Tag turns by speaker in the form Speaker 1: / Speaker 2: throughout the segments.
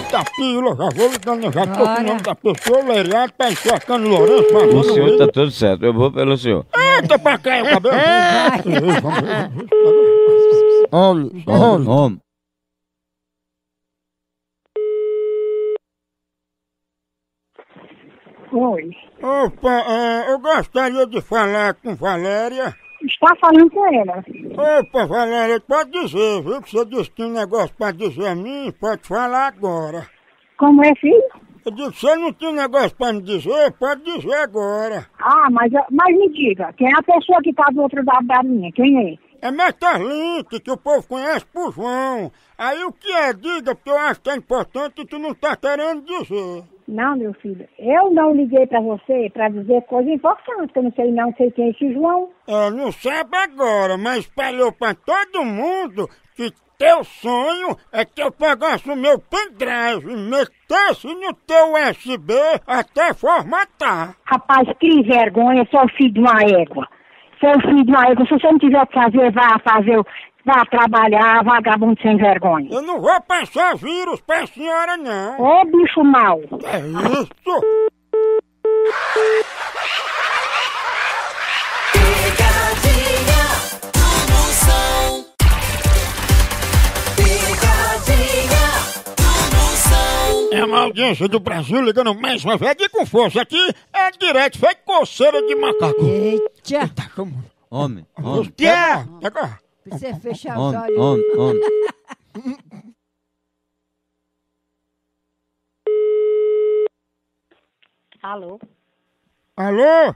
Speaker 1: tequila, já vou ligando, já tô com o
Speaker 2: Bora.
Speaker 1: nome da pessoa, o leirado, tá enxergando Lourenço, mas
Speaker 3: O
Speaker 1: vamos
Speaker 3: senhor
Speaker 1: ver.
Speaker 3: tá tudo certo, eu vou pelo senhor.
Speaker 1: Eita, pra cá, o cabelo.
Speaker 3: Homem,
Speaker 4: Homem, homem.
Speaker 3: homem.
Speaker 5: Oi.
Speaker 1: Opa, é, eu gostaria de falar com Valéria.
Speaker 5: Está falando com ela.
Speaker 1: Opa, Valéria, pode dizer, viu? Que você disse que tinha um negócio pra dizer a mim, pode falar agora.
Speaker 5: Como é, filho?
Speaker 1: Eu disse, você não tinha um negócio pra me dizer? Pode dizer agora.
Speaker 5: Ah, mas, eu- mas me diga, quem é a pessoa que está do outro lado da linha? Quem é?
Speaker 1: É Metalink, que o povo conhece por João. Aí o que é, diga, porque eu acho que é importante e tu não tá querendo dizer.
Speaker 5: Não, meu filho, eu não liguei para você para dizer coisa importante, que eu não sei não sei quem é esse João.
Speaker 1: É, não sabe agora, mas espalhou pra todo mundo que teu sonho é que eu pegasse o meu pendrive e metesse no teu USB até formatar.
Speaker 5: Rapaz, que vergonha, seu filho de uma égua. Seu filho de uma égua, se você não tiver o que fazer, vá fazer, o- vá trabalhar, vagabundo sem vergonha.
Speaker 1: Eu não vou passar vírus pra senhora, não.
Speaker 5: Ô, bicho mau.
Speaker 1: É isso.
Speaker 6: Picadinha do Moção. Picadinha do Moção.
Speaker 1: É uma audiência do Brasil ligando mais uma vez. E com força aqui, é direto, foi coceira de macaco.
Speaker 2: Eita!
Speaker 1: Tá, como?
Speaker 3: Homem,
Speaker 1: Vamos,
Speaker 3: homem.
Speaker 1: pega, pega.
Speaker 2: Precisa fechar os
Speaker 3: Homem,
Speaker 2: olhos.
Speaker 3: homem, homem.
Speaker 7: Alô?
Speaker 1: Alô?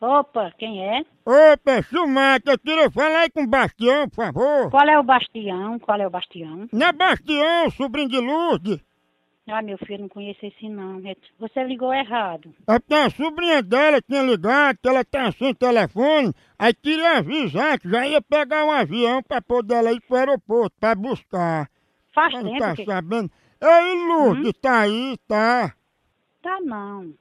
Speaker 7: Opa, quem é?
Speaker 1: Opa, Schumacher, eu queria falar aí com o Bastião, por favor.
Speaker 7: Qual é o Bastião? Qual é o Bastião?
Speaker 1: Não é Bastião, sobrinho de Lourdes.
Speaker 7: Ah, meu filho, não conheço esse não. né? Você ligou errado.
Speaker 1: É porque a sobrinha dela tinha ligado, que ela tá sem telefone, aí queria avisar que já ia pegar um avião pra poder ela ir pro aeroporto pra buscar.
Speaker 7: Faz
Speaker 1: Mas não
Speaker 7: tempo
Speaker 1: tá
Speaker 7: que... Hum?
Speaker 1: sabendo. Ei, Lourdes, tá aí, tá?
Speaker 7: Tá não.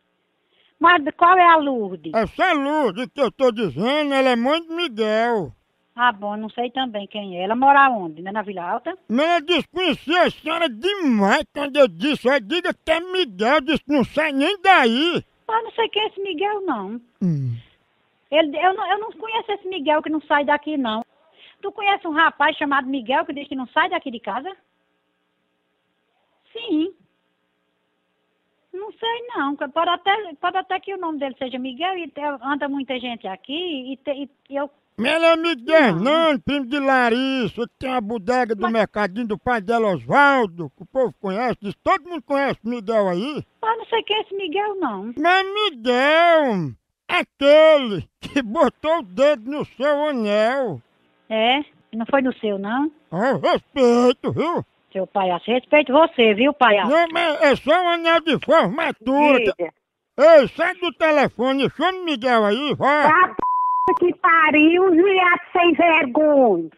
Speaker 7: Mas qual é a Lourdes?
Speaker 1: Essa Lourdes que eu tô dizendo, ela é mãe de Miguel.
Speaker 7: Ah, bom, não sei também quem é. Ela mora onde? Né, Na Vila Alta?
Speaker 1: Mas ela desconhecia a senhora demais quando eu disse, ó, diga que é Miguel, disse, não sai nem daí.
Speaker 7: Ah, não sei quem é esse Miguel, não. Ele, eu, não eu não conheço esse Miguel que não sai daqui, não. Tu conhece um rapaz chamado Miguel que diz que não sai daqui de casa? Sim. Não sei, não. Pode até, pode até que o nome dele seja Miguel e te- anda muita gente aqui e, te- e- e eu...
Speaker 1: Mas ela é
Speaker 7: Hum.
Speaker 1: Miguel Hernandes, primo de Larissa, que tem a bodega do mercadinho do pai dela, Oswaldo, que o povo conhece, diz, todo mundo conhece o Miguel aí.
Speaker 7: Ah, não sei quem é esse Miguel, não.
Speaker 1: Mas Miguel, aquele que botou o dedo no seu anel.
Speaker 7: É? Não foi no seu, não?
Speaker 1: Ó, respeito, viu?
Speaker 7: Seu palhaço. Respeito você, viu, palhaço?
Speaker 1: Não, mas é só um anel de formatura.
Speaker 5: Diga.
Speaker 1: Ei, sai do telefone, chama o Miguel aí, vai.
Speaker 5: Ah, p... que pariu, viado sem vergonha.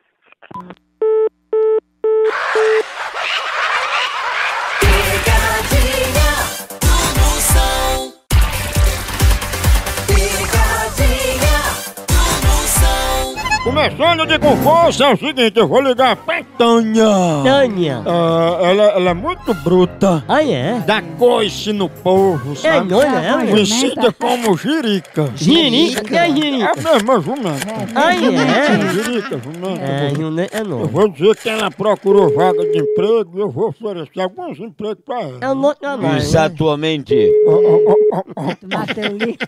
Speaker 6: Picadinha do Moção. Picadinha do Moção.
Speaker 1: Começando de com força, é o seguinte, eu vou ligar pra Tânia.
Speaker 4: Tânia.
Speaker 1: Ah, ela, ela é muito bruta.
Speaker 4: Ah, é?
Speaker 1: dá coice no povo,
Speaker 4: É
Speaker 1: sabe?
Speaker 4: doida ela?
Speaker 2: Olha.
Speaker 1: Conhecida como jirica.
Speaker 4: Girica. Que é
Speaker 1: É
Speaker 4: girica?
Speaker 1: a mesma jumenta.
Speaker 3: né?
Speaker 4: Ah, é?
Speaker 1: Jirica, jumenta.
Speaker 4: É,
Speaker 1: jumenta.
Speaker 4: não é- é
Speaker 1: Eu
Speaker 4: não.
Speaker 1: vou dizer que ela procurou vaga de emprego e eu vou oferecer alguns empregos pra
Speaker 4: É
Speaker 1: ela.
Speaker 4: o nome da mãe.
Speaker 3: Exatamente.
Speaker 1: Ó, ó, ó, ó, ó.
Speaker 2: Tu Bateu o litro.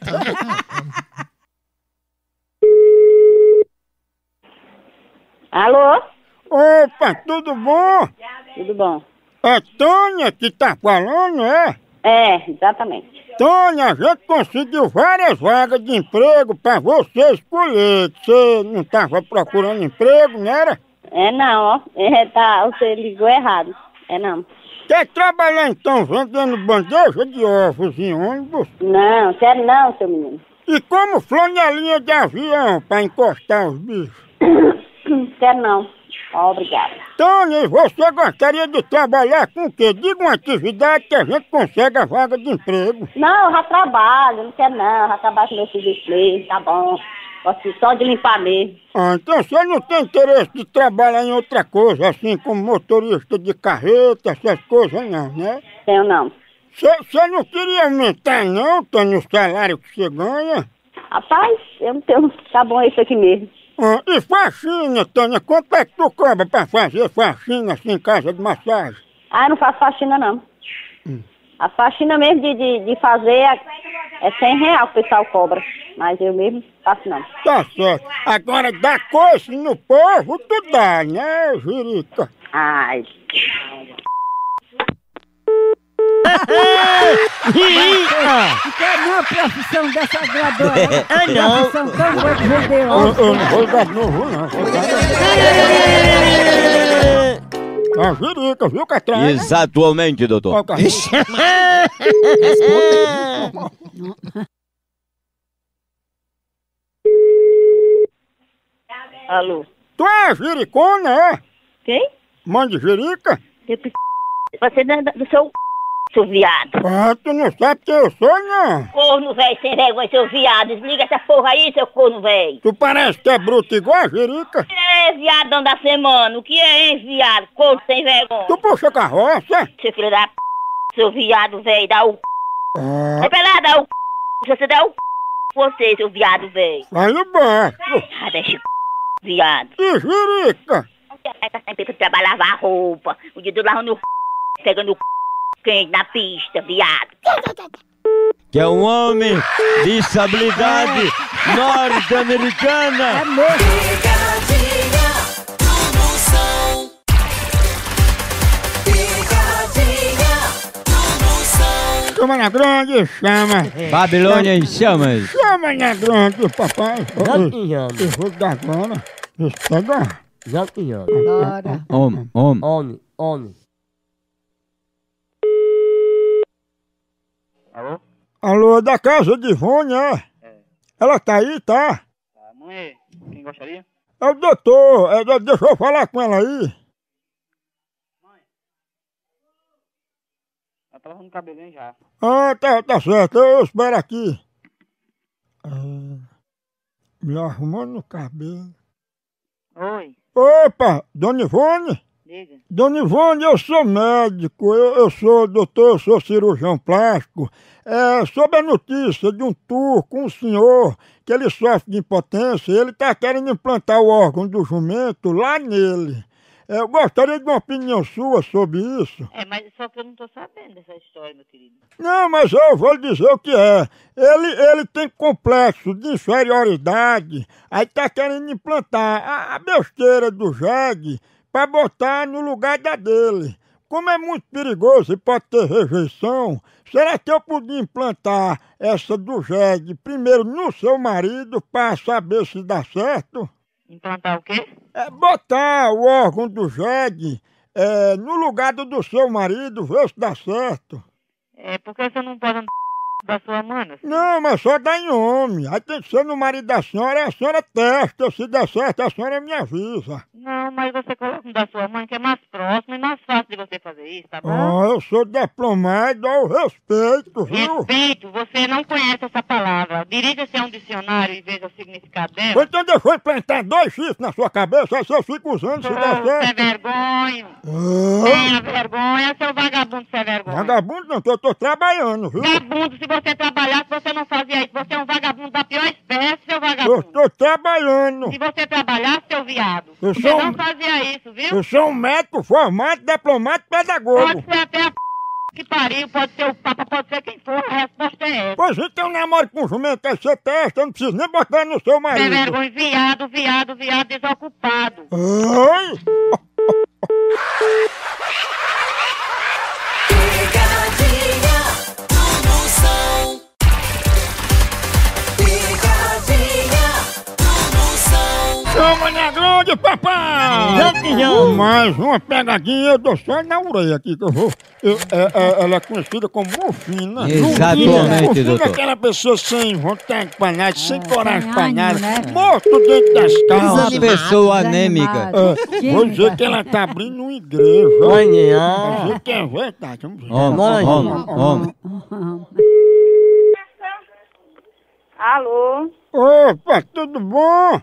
Speaker 7: Alô?
Speaker 1: Opa, tudo bom?
Speaker 7: Tudo bom?
Speaker 1: É Tânia que tá falando, é?
Speaker 7: É, exatamente.
Speaker 1: Tânia, a gente conseguiu várias vagas de emprego pra você escolher. que Você não tava procurando emprego, não era?
Speaker 7: É não, ó. É, tá, você ligou errado. É não.
Speaker 1: Quer trabalhar então vendendo bandeja de ovos em ônibus?
Speaker 7: Não, sério não, seu menino.
Speaker 1: E como flanelinha de avião pra encostar os bichos?
Speaker 7: Sério É não. Ó, Obrigada.
Speaker 1: Tony, você gostaria de trabalhar com o quê? Diga uma atividade que a gente consegue a vaga de emprego.
Speaker 7: Não, eu já trabalho, não quero não, já trabalho com meu serviço mesmo, tá bom. Gosto só de limpar mesmo.
Speaker 1: Ah, então você não tem interesse de trabalhar em outra coisa, assim como motorista de carreta, essas coisas não, né?
Speaker 8: Tenho não.
Speaker 1: Você não queria aumentar não, Tânia, o salário que você ganha?
Speaker 8: Rapaz, eu não tenho. Tá bom, é isso aqui mesmo.
Speaker 1: Ah, e faxina, Tânia, quanto é que tu cobra pra fazer faxina assim em casa de massagem?
Speaker 8: Ah, eu não faço faxina não. A faxina mesmo de, de, de fazer é, é 100 real que o pessoal cobra. Mas eu mesmo faço não.
Speaker 1: Tá certo. Agora dá coice no povo, tu dá, né, Jurica?
Speaker 8: Ai.
Speaker 4: Eita!
Speaker 2: Quer é uma profissão dessa gradora?
Speaker 4: Ah, não.
Speaker 2: Profissão tão boa que vendeu.
Speaker 1: Eu, eu não vou dar de novo, não. Vou dar. A Jurica, viu,
Speaker 9: é?
Speaker 1: Catraia?
Speaker 3: Exatamente, doutor.
Speaker 8: Alô.
Speaker 1: Tu é Jiricona, é?
Speaker 8: Quem?
Speaker 1: Mãe de Jerica?
Speaker 8: Você não é da- do seu seu viado.
Speaker 1: Ah, tu não sabe quem eu sou, não.
Speaker 8: Corno, velho, sem vergonha, seu viado. Desliga essa porra aí, seu corno, velho.
Speaker 1: Tu parece que é bruto igual a Jerica.
Speaker 8: É, viadão da semana. O que é, hein, viado? Corno sem vergonha.
Speaker 1: Tu puxa carroça?
Speaker 8: Seu filho da p... Seu viado, velho, dá o c...
Speaker 1: Ah,
Speaker 8: É pra lá dar o c... Se você der o c... Você, seu viado, velho.
Speaker 1: vai no baixo.
Speaker 8: Ah, deixa o c... Viado.
Speaker 1: E Jerica?
Speaker 8: Aí tá sempre pra trabalhar, lavar roupa. O dia do lavo no c... Pegando o c... Quente na pista, viado.
Speaker 3: Que é um homem de estabilidade
Speaker 2: É
Speaker 3: norte-americana.
Speaker 6: Picadinha do Moção. Picadinha do Moção.
Speaker 1: Chama na grande, chama.
Speaker 3: Babilônia em chamas.
Speaker 1: Chama na grande, papai.
Speaker 4: Já
Speaker 1: Oi,
Speaker 4: que
Speaker 1: Eu
Speaker 4: homem.
Speaker 1: vou dar agora. Isso pega.
Speaker 4: Já que homem.
Speaker 2: Bora.
Speaker 3: Homem, homem.
Speaker 4: Homem, homem.
Speaker 1: Alô, da casa de Rônia, é? Ela tá aí, tá?
Speaker 10: Mãe, quem gostaria?
Speaker 1: É o doutor. É, de- deixa eu falar com ela aí.
Speaker 10: Ela tá lavando o cabelinho já.
Speaker 1: Ah, tá, tá certo, eu espero aqui. Ah, me arrumando o cabelo.
Speaker 10: Oi,
Speaker 1: Opa, Dona Ivone?
Speaker 10: diga.
Speaker 1: Dona Ivone, eu sou médico, eu, eu sou doutor, eu sou cirurgião plástico. É, soube a notícia de um turco, um senhor, que ele sofre de impotência, ele está querendo implantar o órgão do jumento lá nele. É, Eu gostaria de uma opinião sua sobre isso.
Speaker 10: É, mas só que eu não tô sabendo dessa história, meu querido.
Speaker 1: Não, mas eu vou lhe dizer o que é. Ele, ele tem complexo de inferioridade, aí tá querendo implantar a, a besteira do jegue pra botar no lugar da dele. Como é muito perigoso e pode ter rejeição, será que eu podia implantar essa do jegue primeiro no seu marido pra saber se dá certo?
Speaker 10: Implantar o quê?
Speaker 1: É botar o órgão do jegue eh, no lugar do, do seu marido, ver se dá certo.
Speaker 10: É, porque você não pode andar da sua mana?
Speaker 1: Não, mas só dá em homem. Aí tem que ser no marido da senhora, a senhora é testa. Se der certo, a senhora me avisa.
Speaker 10: Não, mas você coloca um da sua mãe, que é mais próximo e mais fácil de você fazer isso, tá bom?
Speaker 1: Oh, eu sou diplomado ao respeito, viu?
Speaker 10: Respeito, você não conhece essa palavra. né? Dirija-se a um dicionário e veja o significado
Speaker 1: Ou
Speaker 10: dela.
Speaker 1: então deixa eu implantar dois chifres na sua cabeça, aí você fica usando se der
Speaker 10: Você é
Speaker 1: certo.
Speaker 10: vergonha.
Speaker 1: Ah,
Speaker 10: Tenha vergonha, seu vagabundo, você é vergonha.
Speaker 1: vagabundo não, que eu tô trabalhando, viu?
Speaker 10: Vagabundo, se você trabalhasse, você não fazia isso. Você é um vagabundo da pior espécie, seu
Speaker 1: Eu
Speaker 10: vagabundo.
Speaker 1: tô trabalhando.
Speaker 10: Se você trabalhasse, seu viado,
Speaker 1: Eu
Speaker 10: você
Speaker 1: sou um-
Speaker 10: não fazia isso, viu?
Speaker 1: Eu sou um médico formado, diplomado,
Speaker 10: Pode
Speaker 1: pedagogo.
Speaker 10: ser até a p... que pariu, pode ser o papa, pode ser quem for, a resposta é essa.
Speaker 1: Pois então, namoro com jumento, aí você testa, eu não preciso nem botar no seu
Speaker 10: Você é
Speaker 1: marido.
Speaker 10: vergonha, viado, viado, viado, desocupado.
Speaker 1: Ai!
Speaker 6: Picadinha do Moção. Picadinha do Moção.
Speaker 1: Chama na grande, papai!
Speaker 4: Lampião.
Speaker 1: Mais uma pegadinha, eu dou só na orelha aqui que eu vou. Eu- é- é- ela é conhecida como morfina.
Speaker 3: Exatamente,
Speaker 1: Morfina é
Speaker 3: doutor.
Speaker 1: aquela pessoa sem vontade pra nada, sem coragem pra
Speaker 2: ânimo,
Speaker 1: nada,
Speaker 2: né?
Speaker 1: morto dentro das calças.
Speaker 3: Uma pessoa anêmica.
Speaker 2: Desanimado,
Speaker 1: É, vou dizer
Speaker 2: tímida.
Speaker 1: que ela tá abrindo uma igreja. Vou
Speaker 4: Olha.
Speaker 1: dizer que é verdade, vamos ver.
Speaker 3: Homem,
Speaker 4: Mãe.
Speaker 3: homem, homem.
Speaker 8: Alô?
Speaker 1: Opa, tudo bom?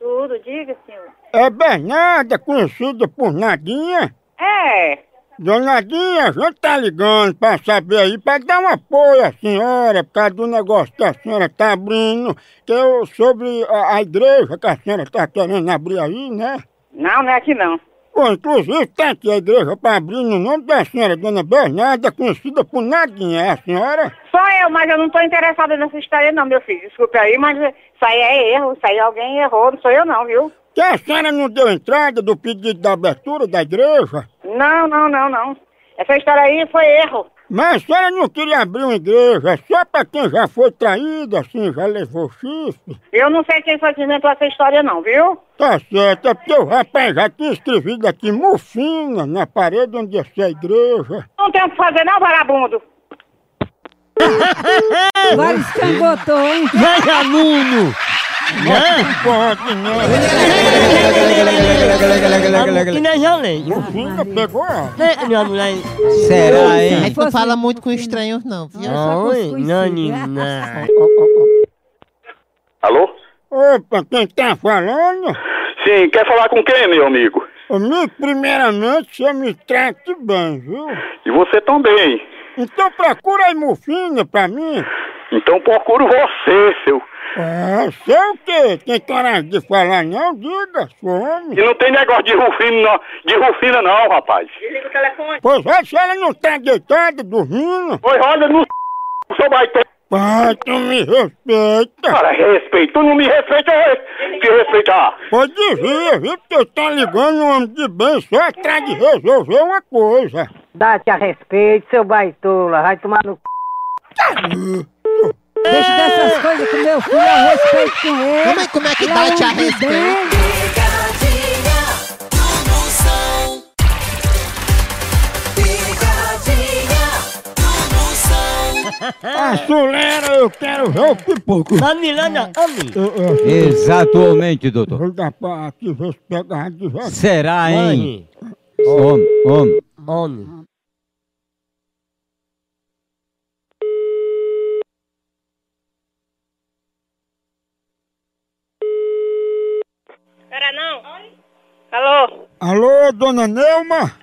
Speaker 8: Tudo, diga, senhor.
Speaker 1: É Bernarda, conhecida por Nadinha?
Speaker 8: É.
Speaker 1: Dona Nadinha, a gente tá ligando pra saber aí, pra dar um apoio à senhora, por causa do negócio que a senhora tá abrindo, que eu, sobre a, a igreja que a senhora tá querendo abrir aí, né?
Speaker 8: Não, não é aqui não.
Speaker 1: Pô, inclusive tá aqui a igreja pra abrir no nome da senhora, Dona Bernarda, conhecida por Nadinha, é a senhora?
Speaker 8: Só eu, mas eu não estou interessada nessa história não, meu filho. Desculpe aí, mas isso aí é erro, isso aí alguém errou, não sou eu não, viu?
Speaker 1: Que a senhora não deu entrada do pedido da abertura da igreja?
Speaker 8: Não, não, não, não. Essa história aí foi erro.
Speaker 1: Mas a senhora não queria abrir uma igreja só pra quem já foi traído, assim, já levou chifre?
Speaker 8: Eu não sei quem foi que inventou essa história não, viu?
Speaker 1: Tá certo, é porque o rapaz já tinha escrevido aqui mufina na parede onde ia ser a igreja.
Speaker 8: Não tem o que fazer não, vagabundo.
Speaker 2: Agora escangotou, hein?
Speaker 3: Vai, aluno!
Speaker 1: Não é pode não,
Speaker 4: Que nem eu leio.
Speaker 1: mufina pegou ela.
Speaker 4: Nem- Minha mulher.
Speaker 3: Será,
Speaker 2: Aí
Speaker 3: hein?
Speaker 2: tu fala
Speaker 9: muito com estranhos, não.
Speaker 4: é Oi, Nani, não.
Speaker 11: Alô?
Speaker 1: Opa, quem tá falando?
Speaker 11: Sim, quer falar com quem, meu amigo?
Speaker 1: Ô, Me, primeiramente, você me trate bem, viu?
Speaker 11: E você também.
Speaker 1: Então procura aí mufina pra mim.
Speaker 11: Então procuro você, seu.
Speaker 1: É, sei o quê? Tem coragem de falar não? Diga, sou homem.
Speaker 11: E não tem negócio de rufina, não, de rufina não, rapaz.
Speaker 1: Pois é, se ela não tá deitada, dormindo,
Speaker 11: Pois olha no c... seu baitão.
Speaker 1: pai, tu me respeita.
Speaker 11: Cara, respeito. Tu não me respeita, eu res- te respeitar.
Speaker 1: Pô, devia, viu? Porque eu tô ligando um homem de bem só atrás de resolver uma coisa.
Speaker 9: Dá-te a respeito, seu baitola. Vai tomar no c...
Speaker 2: Deixa dessas coisas que meu filho eu respeito com ele.
Speaker 9: Como é- como é que
Speaker 2: Ele
Speaker 9: dá-te a
Speaker 2: um de
Speaker 9: respeito?
Speaker 2: dentro.
Speaker 6: Picadinha do Moção. Picadinha do Moção.
Speaker 1: Acelera, eu quero ver o pipoco.
Speaker 4: Mas Miranda, ame.
Speaker 1: Eu-
Speaker 3: Exatamente,
Speaker 1: eu
Speaker 3: doutor.
Speaker 1: Vou dar pra aqui, ver se pegar devagar.
Speaker 3: Será, hein?
Speaker 4: Nani,
Speaker 3: Homem, homem.
Speaker 4: homem.
Speaker 8: Era não? Alô?
Speaker 1: Alô, dona Neuma?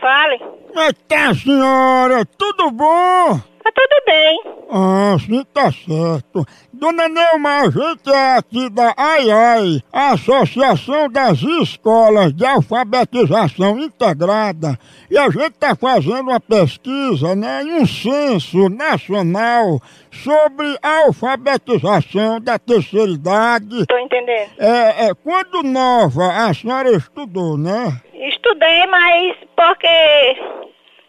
Speaker 8: Fale.
Speaker 1: Como é que tá, senhora? Tudo bom?
Speaker 8: Tá tudo bem.
Speaker 1: Ah, sim, tá certo. Dona Neuma, a gente é aqui da AIAI, Associação das Escolas de Alfabetização Integrada, e a gente está fazendo uma pesquisa, né, e um censo nacional sobre a alfabetização da terceira idade.
Speaker 8: Tô entendendo.
Speaker 1: É, é, quando nova a senhora estudou, né?
Speaker 8: Estudei, mas porque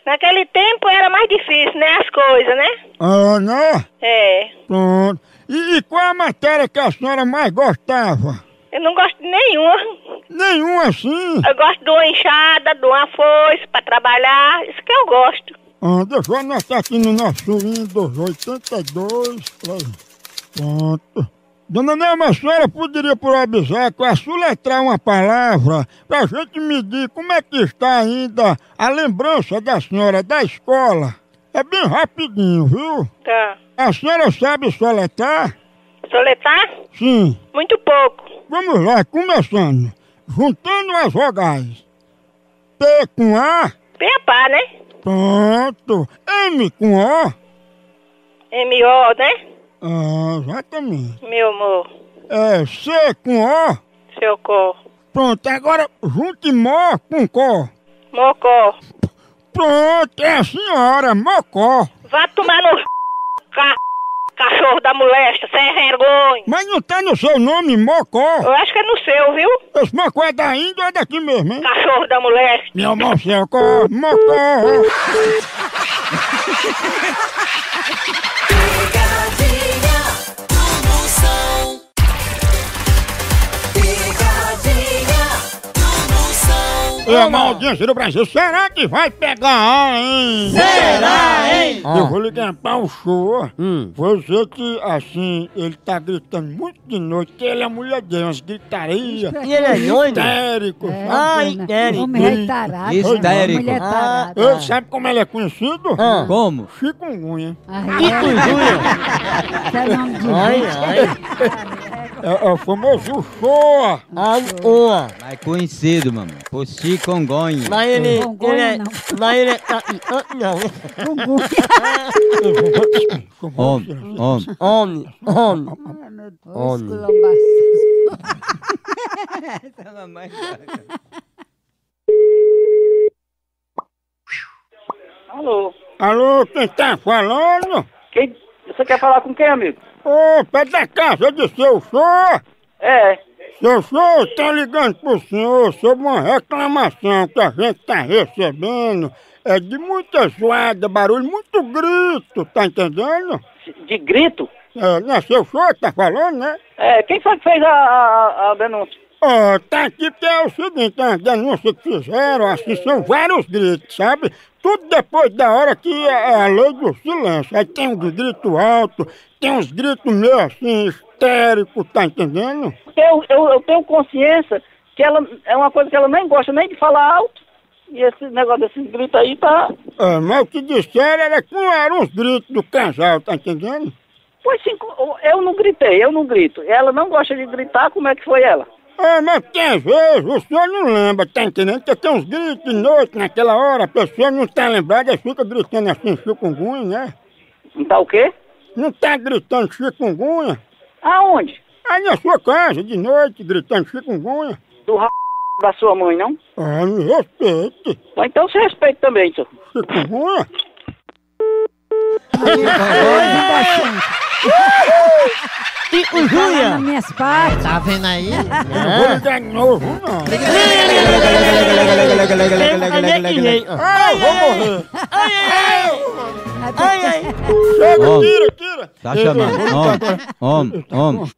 Speaker 8: naquele tempo era mais difícil, né? As coisas, né?
Speaker 1: Ah, né?
Speaker 8: É.
Speaker 1: Pronto. E, e qual a matéria que a senhora mais gostava?
Speaker 8: Eu não gosto de nenhuma.
Speaker 1: Nenhuma assim.
Speaker 8: Eu gosto de uma enxada, de uma foice pra trabalhar. Isso que eu gosto.
Speaker 1: Ah, deixa eu anotar aqui no nosso um, Windows 82. peraí. Pronto. Dona Nelma, a senhora poderia, por obséquio, assoletrar uma palavra pra gente medir como é que está ainda a lembrança da senhora da escola? É bem rapidinho, viu?
Speaker 8: Tá.
Speaker 1: A senhora sabe soletrar?
Speaker 8: Soletar?
Speaker 1: Sim.
Speaker 8: Muito pouco.
Speaker 1: Vamos lá, começando. Juntando as vogais. P com A.
Speaker 8: Bem a
Speaker 12: Ah,
Speaker 8: pá, né?
Speaker 1: Pronto. M com O.
Speaker 8: M.O., né?
Speaker 1: Ah, exatamente.
Speaker 8: Meu amor.
Speaker 1: É, C com O.
Speaker 8: Seu cor.
Speaker 1: Pronto, agora junte Mó com Có.
Speaker 8: Mocó.
Speaker 1: Pronto, é a senhora, Mocó.
Speaker 8: Vá tomar no c... ca- cachorro da molesta, sem vergonha.
Speaker 1: Mas não tá no seu nome, Mocó.
Speaker 8: Eu acho que é no seu, viu?
Speaker 1: Esse Mocó é da Índia ou é daqui mesmo, hein?
Speaker 8: Cachorro da molesta.
Speaker 1: Meu irmão, seu Có, Mocó.
Speaker 6: Picadinha do Moção. Picadinha do Moção.
Speaker 1: É uma audiência do Brasil. Será que vai pegar, hein?
Speaker 4: Será, hein?
Speaker 1: Eu vou ligar pra o show.
Speaker 4: Hum.
Speaker 1: Você que, assim, ele tá gritando muito de noite, que ele é mulher dele, umas gritaria,
Speaker 4: E ele é doido? É, Ah,
Speaker 1: histérico, Hum. sabe?
Speaker 4: Ai, Eric.
Speaker 2: Homem é tarado. né?
Speaker 3: Histérico.
Speaker 2: Mulher
Speaker 4: Ah,
Speaker 2: tarada.
Speaker 1: Eu, sabe como ele é conhecido?
Speaker 4: Ah.
Speaker 3: Como?
Speaker 1: Chikungunya.
Speaker 2: Ai,
Speaker 4: Júlia.
Speaker 2: é, isso é nome de
Speaker 4: Ai,
Speaker 2: gente.
Speaker 4: ai.
Speaker 1: É, é o famoso show.
Speaker 4: Anua.
Speaker 3: Vai conhecido, mamãe. Por si Congonha.
Speaker 4: Mas ele. ele é, mas ele é traficante, não.
Speaker 3: Homem, homem.
Speaker 4: Homem, homem.
Speaker 3: Homem.
Speaker 13: Alô?
Speaker 1: Alô, quem tá falando?
Speaker 13: Quem? Você quer falar com quem, amigo?
Speaker 1: Opa, é da casa do seu show?
Speaker 13: É.
Speaker 1: Seu show tá ligando pro senhor sobre uma reclamação que a gente tá recebendo. É de muita zoada, barulho, muito grito, tá entendendo?
Speaker 13: De grito?
Speaker 1: É, não é seu show que tá falando, né?
Speaker 13: É, quem foi que fez a, a, a denúncia?
Speaker 1: Ó, tá aqui porque é o seguinte, as denúncias que fizeram, assim, são vários gritos, sabe? Tudo depois da hora que é a lei do silêncio. Aí tem um uns gritos altos, tem uns gritos meio assim, histéricos, tá entendendo?
Speaker 13: Eu, eu, eu tenho consciência que ela é uma coisa que ela nem gosta nem de falar alto. E esse negócio desses gritos aí tá.
Speaker 1: É, mas o que disseram era que não eram os gritos do casal, tá entendendo?
Speaker 13: Pois sim, eu não gritei, eu não grito. Ela não gosta de gritar, como é que foi ela?
Speaker 1: É, mas tem vezes o senhor não lembra, tá entendendo? Porque tem uns gritos de noite, naquela hora, a pessoa não tá lembrada, aí fica gritando assim, chikungunya, né?
Speaker 13: Não tá o quê?
Speaker 1: Não tá gritando chikungunya?
Speaker 13: Aonde?
Speaker 1: Aí na sua casa, de noite, gritando chikungunya.
Speaker 13: Do ra... da sua mãe, não?
Speaker 1: Ah, me respeite.
Speaker 13: Bom, Então se respeita também, senhor.
Speaker 1: Chikungunya?
Speaker 2: Fico Júlia! nas minhas partes. Tá vendo aí?
Speaker 1: Não vou ligar de novo, não. Ah, eu vou morrer.
Speaker 4: Ai, ai.
Speaker 1: Chega,
Speaker 3: Homem.
Speaker 1: tira, tira.
Speaker 3: Tá chamando. Homem, homem, homem.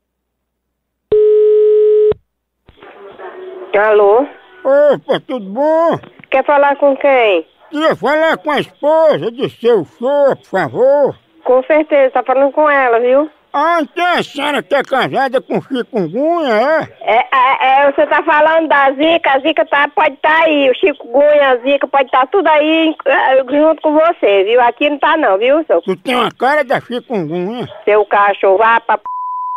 Speaker 12: Tá, Alô?
Speaker 1: Opa, tudo bom?
Speaker 12: Quer falar com quem?
Speaker 1: Queria falar com a esposa do seu show, por favor.
Speaker 12: Com certeza, tá falando com ela, viu?
Speaker 1: Ah, então a senhora que é casada com chikungunya, é?
Speaker 12: É, é, é, você tá falando da Zika, a Zika tá, pode estar tá aí, o Chico Gunha, a Zika, pode estar tudo aí eh, junto com você, viu? Aqui não tá não, viu, seu,
Speaker 1: Tu tem uma cara da chikungunya.
Speaker 12: seu cachorro, vá pra p...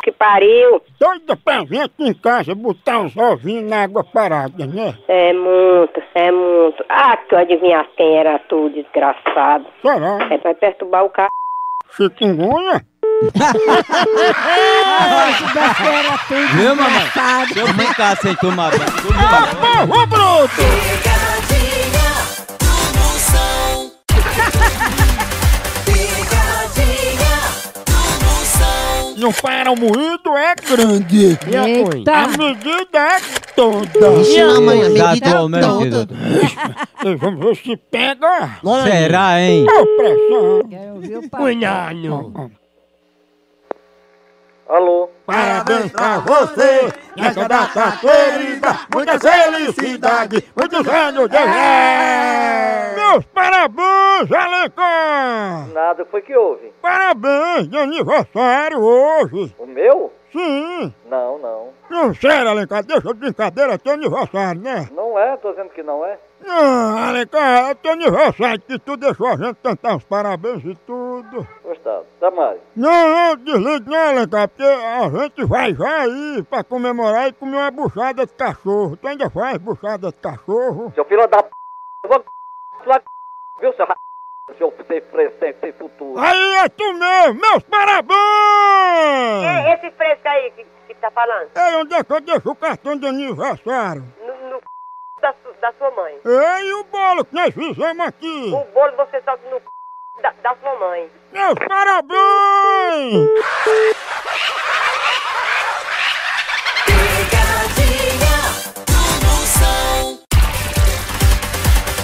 Speaker 12: que pariu.
Speaker 1: Doida pra gente em casa botar os ovinhos na água parada, né?
Speaker 12: É muito, é muito. Ah, que eu adivinhasse quem era tu, desgraçado.
Speaker 1: Será?
Speaker 12: É pra perturbar o cara.
Speaker 1: Chikungunya?
Speaker 3: Viu, mamãe? tá Se eu ficar sem tomar banho, tudo bem.
Speaker 1: Ô, bruto!
Speaker 6: Picadinha do Moção. Picadinha do Moção.
Speaker 1: Não para o um moído, é grande.
Speaker 4: E a coisa?
Speaker 1: A medida é toda.
Speaker 4: mãe, a
Speaker 3: Exatamente,
Speaker 14: tá
Speaker 3: doutor.
Speaker 1: E vamos ver se pega.
Speaker 3: Será, hein?
Speaker 1: Ó, pressão.
Speaker 2: Quero ouvir o papo.
Speaker 4: Cunhado.
Speaker 13: Alô?
Speaker 1: Parabéns pra você, nessa data querida, muita felicidade, muitos anos de ré. Meus parabéns, Alencar!
Speaker 13: Nada, foi que houve?
Speaker 1: Parabéns de aniversário hoje!
Speaker 13: O meu?
Speaker 1: Sim!
Speaker 13: Não, não.
Speaker 1: Não, sério, Alencar, deixa de brincadeira, é teu aniversário, né?
Speaker 13: Não é, tô dizendo que não é.
Speaker 1: Não, Alencar, é teu aniversário que tu deixou a gente cantar os parabéns e tudo.
Speaker 13: Gostado. Tá mais.
Speaker 1: Não, não, desligue não, Alencar, porque a gente vai já aí pra comemorar e comer uma buchada de cachorro. Tu ainda faz buchada de cachorro?
Speaker 13: Seu filho da p. Eu vou lá, viu, seu ra. Seu sem frente, sem, sem futuro.
Speaker 1: Aí é tu mesmo, meus
Speaker 13: É,
Speaker 1: parabéns!
Speaker 12: É esse fresco aí que, que tá falando?
Speaker 1: Ei, onde é que eu deixo o cartão de aniversário?
Speaker 12: No, no da, da sua mãe.
Speaker 1: Ei, e o bolo que nós fizemos aqui?
Speaker 12: bolo você solta no da, da sua mãe.
Speaker 1: Meus parabéns!
Speaker 6: Picadinha do Moção.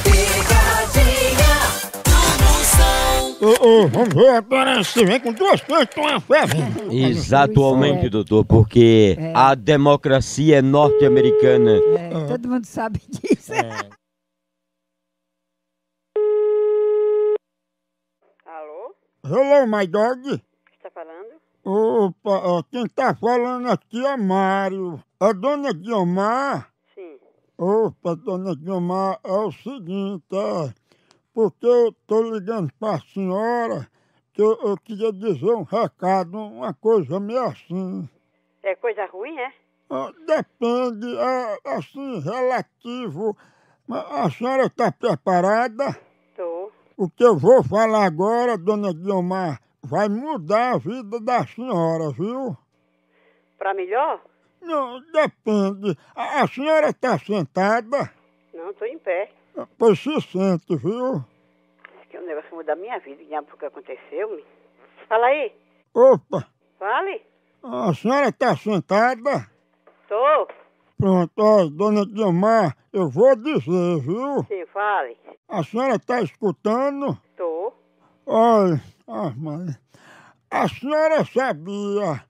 Speaker 6: Picadinha do Moção.
Speaker 1: Ô, ô, vamos ver agora se vem com duas coisas que estão a ferro.
Speaker 3: Exatamente, doutor, porque a democracia é norte-americana.
Speaker 2: É, Todo mundo sabe disso.
Speaker 1: É.
Speaker 12: Alô?
Speaker 1: Hello, my dog.
Speaker 12: Quem tá falando?
Speaker 1: Opa, ó, quem tá falando aqui é Mário. É dona Guiomar?
Speaker 12: Sim.
Speaker 1: Opa, dona Guiomar, é o seguinte, é, porque eu tô ligando pra senhora que eu, eu queria dizer um recado, uma coisa meio assim.
Speaker 12: É coisa ruim, é?
Speaker 1: Ah, Depende, é, assim, relativo. Mas a senhora está preparada?
Speaker 12: Tô.
Speaker 1: O que eu vou falar agora, dona Guilmar, vai mudar a vida da senhora, viu?
Speaker 12: Pra melhor?
Speaker 1: Não, depende. A, a senhora está sentada?
Speaker 12: Não, tô em pé.
Speaker 1: Pois se sente, viu?
Speaker 12: Isso que é um negócio que muda a minha vida, já porque aconteceu, me. Fala aí.
Speaker 1: Opa,
Speaker 12: Fale.
Speaker 1: a senhora está sentada?
Speaker 12: Tô.
Speaker 1: Pronto, ó, dona Guilmar, eu vou dizer, viu?
Speaker 12: Sim, fale.
Speaker 1: A senhora está escutando?
Speaker 12: Tô.
Speaker 1: Olha, ah, mãe, a senhora sabia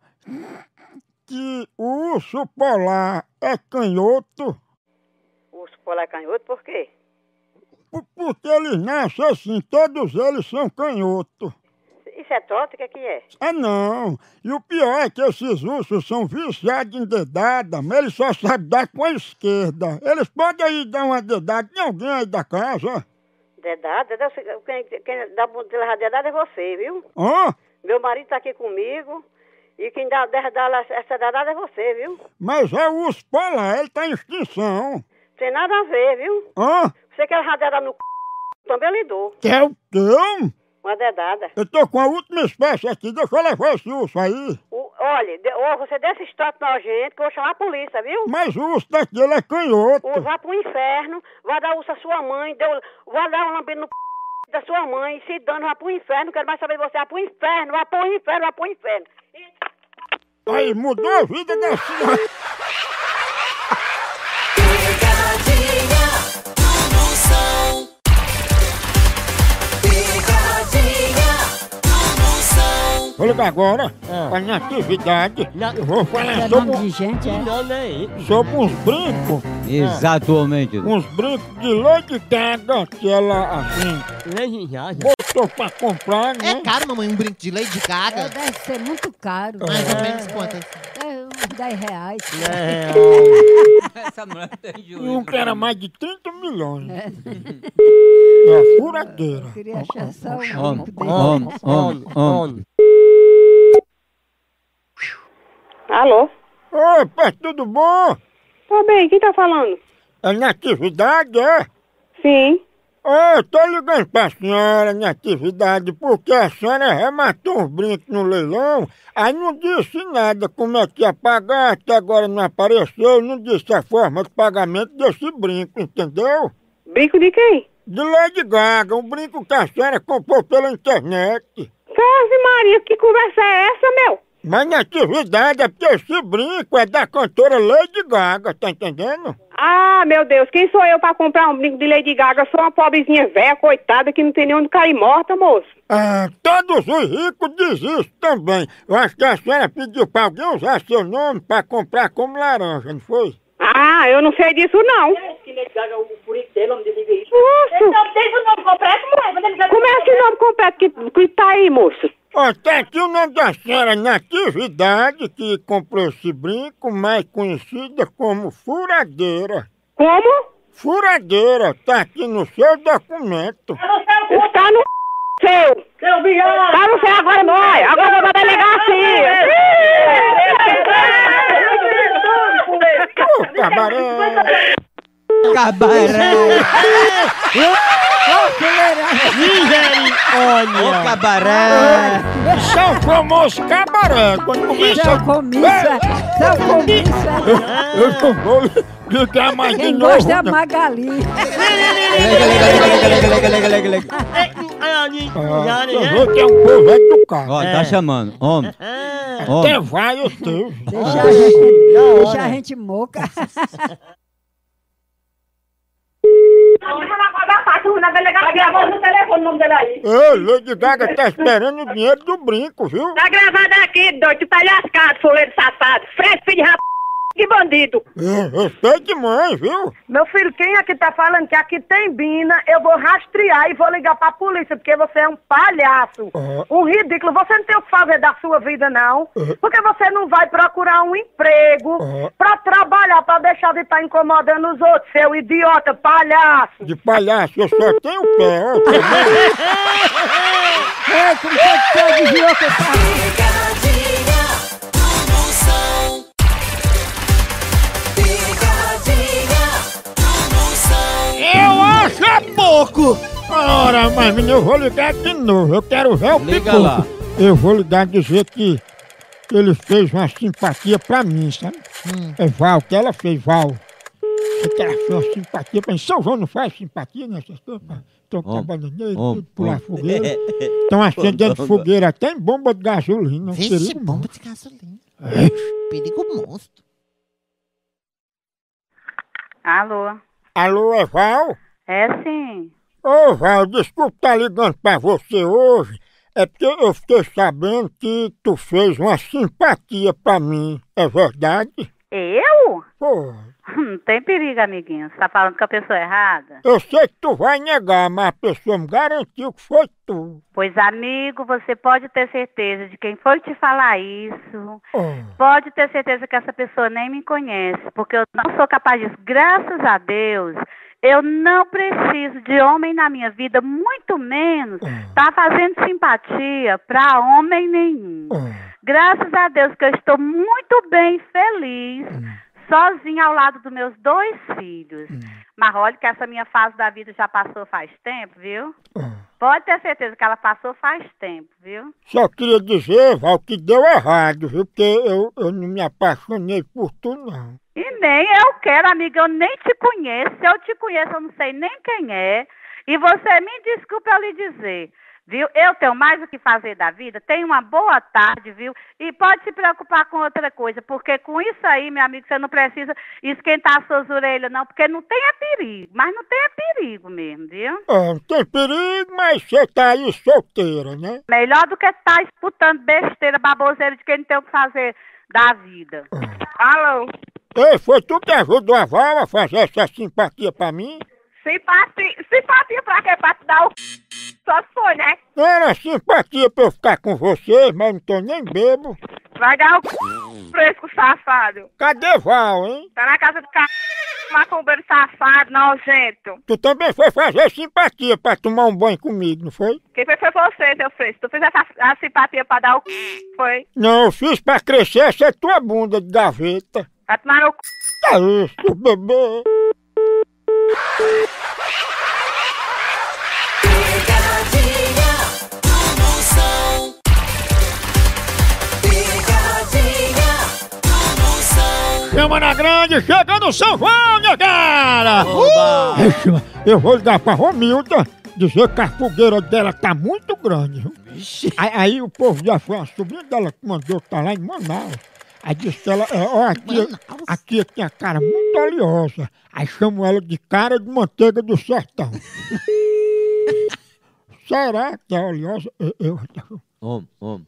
Speaker 1: que o urso polar é canhoto
Speaker 12: O urso polar é canhoto, por quê?
Speaker 1: Por- porque eles nascem assim, todos eles são canhoto.
Speaker 12: Isso é trote, o que é que é?
Speaker 1: Ah, não! E o pior é que esses ursos são viciados em dedada, mas eles só sabem dar com a esquerda. Eles podem aí dar uma dedada em alguém aí da casa.
Speaker 12: Dedada, dedada, quem, quem dá bunda de dedada é você, viu?
Speaker 1: Hã?
Speaker 12: Meu marido tá aqui comigo. E quem dá, dá, dá essa dedada é você, viu?
Speaker 1: Mas é o urso polar, ele tá em extinção.
Speaker 12: Tem nada a ver, viu?
Speaker 1: Hã?
Speaker 12: Você quer radada no c... também lhe dou.
Speaker 1: Quer o quê?
Speaker 12: Uma dedada.
Speaker 1: Eu tô com a última espécie aqui, deixa eu levar esse urso aí.
Speaker 12: O, olha, de, ó, você desse estoque nojento que eu vou chamar a polícia, viu?
Speaker 1: Mas o urso daqui, ele é canhoto.
Speaker 12: Ou vá pro inferno, vá dar urso à sua mãe, deu, vá dar um lambido no c... da sua mãe, se dando, vá pro inferno, não quero mais saber de você, vá pro inferno, vá pro inferno, vá pro inferno.
Speaker 1: Aí mudou a vida da senhora.
Speaker 6: Picadinha do Moção. Picadinha do Moção.
Speaker 1: Vou ligar agora, pra minha atividade. Eu vou falar sobre, um
Speaker 4: de gente, é? Não, não é isso.
Speaker 1: sobre uns brincos.
Speaker 14: É.
Speaker 1: Ah,
Speaker 3: Exatamente.
Speaker 1: Uns brincos de Lady Gaga que ela, assim, botou pra comprar, né?
Speaker 14: É caro, mamãe, um brinco de Lady Gaga.
Speaker 15: Deve ser muito caro.
Speaker 1: Ah.
Speaker 14: Mais ou menos quanto? é isso?
Speaker 15: É uns 10 reais.
Speaker 3: Essa mulher tem né?
Speaker 1: E É, um que era mais de 30 milhões. É. a furadeira.
Speaker 15: Queria achar só um
Speaker 3: Homem,
Speaker 15: único desse.
Speaker 3: homem, homem, homem.
Speaker 12: Alô?
Speaker 1: Opa, tudo bom?
Speaker 12: Tá bem, quem tá falando?
Speaker 1: É natividade, é?
Speaker 12: Sim.
Speaker 1: Ô, eu tô ligando pra senhora, natividade, porque a senhora rematou uns brincos no leilão, aí não disse nada como é que ia pagar, até agora não apareceu, não disse a forma de pagamento desse brinco, entendeu?
Speaker 12: Brinco de quem?
Speaker 1: De Lady Gaga, um brinco que a senhora comprou pela internet.
Speaker 12: Ave Maria, que conversa é essa, meu?
Speaker 1: Mas natividade é porque esse brinco é da cantora Lady Gaga, tá entendendo?
Speaker 12: Ah, meu Deus, quem sou eu pra comprar um brinco de Lady Gaga? Eu sou uma pobrezinha velha, coitada, que não tem nem onde cair morta, moço.
Speaker 1: Ah, todos os ricos dizem isso também. Eu acho que a senhora pediu pra alguém usar seu nome pra comprar como laranja, não foi?
Speaker 12: Ah, eu não sei disso, não. Moço, como é esse nome completo que, que tá aí, moço?
Speaker 1: Ó, tá aqui o nome da senhora Natividade, que comprou esse brinco, mais conhecida como furadeira.
Speaker 12: Como?
Speaker 1: Furadeira, tá aqui no seu documento.
Speaker 12: Está no seu. Seu viado. Tá no seu agora, não. é? Agora eu vou delegar assim.
Speaker 1: Ô, cabaré!
Speaker 3: Cabaré. Ô,
Speaker 4: Olha!
Speaker 3: cabaré.
Speaker 1: Isso é o famoso cabaré, quando
Speaker 3: é
Speaker 1: começa
Speaker 15: São comissa, são comissa.
Speaker 1: Eu não vou ligar mais de
Speaker 15: Quem
Speaker 1: novo. né?
Speaker 15: gosta é a
Speaker 1: não.
Speaker 15: Magali.
Speaker 3: Lega, lega, lega, lega, lega, lega, lega, lega.
Speaker 1: Ah, eu vou ter um povo educado.
Speaker 3: Ó, tá chamando. Homem,
Speaker 1: É. Até
Speaker 3: homem.
Speaker 1: vai o teu.
Speaker 15: Deixa a gente, deixa a gente moca.
Speaker 12: tá?
Speaker 1: Ô, Lady Gaga tá esperando o dinheiro do brinco, viu?
Speaker 12: Tá gravado aqui, doido. Tá lascado, fuleiro safado. Fresco, filho de rap... Que bandido.
Speaker 1: Eu, eu sei de mãe, viu?
Speaker 13: Meu filho, quem é que tá falando que aqui tem bina, eu vou rastrear e vou ligar pra polícia, porque você é um palhaço,
Speaker 1: Ah.
Speaker 13: um ridículo. Você não tem o que fazer da sua vida, não, porque você não vai procurar um emprego
Speaker 1: Ah.
Speaker 13: pra trabalhar, pra deixar de estar incomodando os outros, seu idiota, palhaço.
Speaker 1: De palhaço, eu só tenho o pé, ó.
Speaker 15: É, como foi que você desviou que eu tava?
Speaker 6: Picadinha do Moção.
Speaker 1: louco! Ora, mas menino, eu vou ligar de novo. Eu quero ver o Liga
Speaker 3: lá.
Speaker 1: Eu vou ligar dizer que ele fez uma simpatia pra mim, sabe?
Speaker 15: Hum.
Speaker 1: É Val, que ela fez Val. Você que ela fez uma simpatia pra mim. São João não faz simpatia nessas coisas, pá. Então,
Speaker 3: Homem,
Speaker 1: cabaneiro,
Speaker 3: homem,
Speaker 1: tudo pular
Speaker 3: homem.
Speaker 1: fogueira. Estão acendendo
Speaker 3: Bom, bom,
Speaker 1: fogueira até em bomba de gasolina. um
Speaker 14: Vixe,
Speaker 1: perigo,
Speaker 14: bomba de gasolina.
Speaker 1: É.
Speaker 14: Perigo monstro.
Speaker 16: Alô?
Speaker 1: Alô, é Val?
Speaker 16: É sim.
Speaker 1: Ô, Val, desculpa estar ligando pra você hoje. É porque eu fiquei sabendo que tu fez uma simpatia pra mim. É verdade?
Speaker 16: Eu?
Speaker 1: Pô,
Speaker 16: Não tem perigo, amiguinho. Você tá falando com a pessoa errada?
Speaker 1: eu sei que tu vai negar, mas a pessoa me garantiu que foi tu.
Speaker 16: Pois, amigo, você pode ter certeza de quem foi te falar isso.
Speaker 6: Uhum.
Speaker 1: Oh.
Speaker 16: Pode ter certeza que essa pessoa nem me conhece, porque eu não sou capaz disso. Graças a Deus, eu não preciso de homem na minha vida, muito menos tá fazendo simpatia pra homem nenhum. Graças a Deus que eu estou muito bem e feliz. Sozinha ao lado dos meus dois filhos. Mas olha que essa minha fase da vida já passou faz tempo, viu? Pode ter certeza que ela passou faz tempo, viu?
Speaker 1: Só queria dizer, Val, que deu errado, viu? Porque eu, eu não me apaixonei por tu, não.
Speaker 16: E nem eu quero, amiga, eu nem te conheço. Se eu te conheço, eu não sei nem quem é. E você me desculpa eu lhe dizer, viu? Eu tenho mais o que fazer da vida, tenha uma boa tarde, viu? E pode se preocupar com outra coisa, porque com isso aí, meu amigo, você não precisa esquentar as suas orelhas, não, porque não tem é perigo, mas não tem é perigo mesmo, viu?
Speaker 1: Ah, não tem perigo, mas você tá aí solteira, né?
Speaker 16: Melhor do
Speaker 17: tá
Speaker 16: que estar escutando besteira, baboseira de quem não tem o que fazer da vida. Alô?
Speaker 1: Ei, foi tu que ajudou a Val a fazer essa simpatia pra mim?
Speaker 17: Simpatia, simpatia pra quê? Pra te dar o... Só se foi, né?
Speaker 1: Não era simpatia pra eu ficar com vocês, mas não tô nem bebo.
Speaker 17: Vai dar o... Fresco safado.
Speaker 1: Cadê Val, hein?
Speaker 17: Tá na casa do c... Macumbeiro safado, nojento.
Speaker 1: Tu também foi fazer simpatia pra tomar um banho comigo, não foi?
Speaker 17: Quem foi foi você, seu fresco. Tu fez essa a simpatia pra dar o... c- Foi.
Speaker 1: Não, eu fiz pra crescer essa tua bunda de gaveta.
Speaker 17: Vai tomar no... c-
Speaker 1: É isso, bebê.
Speaker 6: Pegadinha do Moção. Pegadinha do Moção.
Speaker 1: Chama na grande, chega no São João, minha cara! Uh! Ixi, mas Eu vou ligar pra Romilda, dizer que a fogueira dela tá muito grande. viu? Aí, aí o povo já foi, a sobrinha dela que mandou tá lá em Manaus. Aí disse que ela, é, ó, a tia, a tia tem a cara muito oleosa. Aí chamam ela de cara de manteiga do sertão. Será que é oleosa? Eu, eu-
Speaker 3: Homem, homem.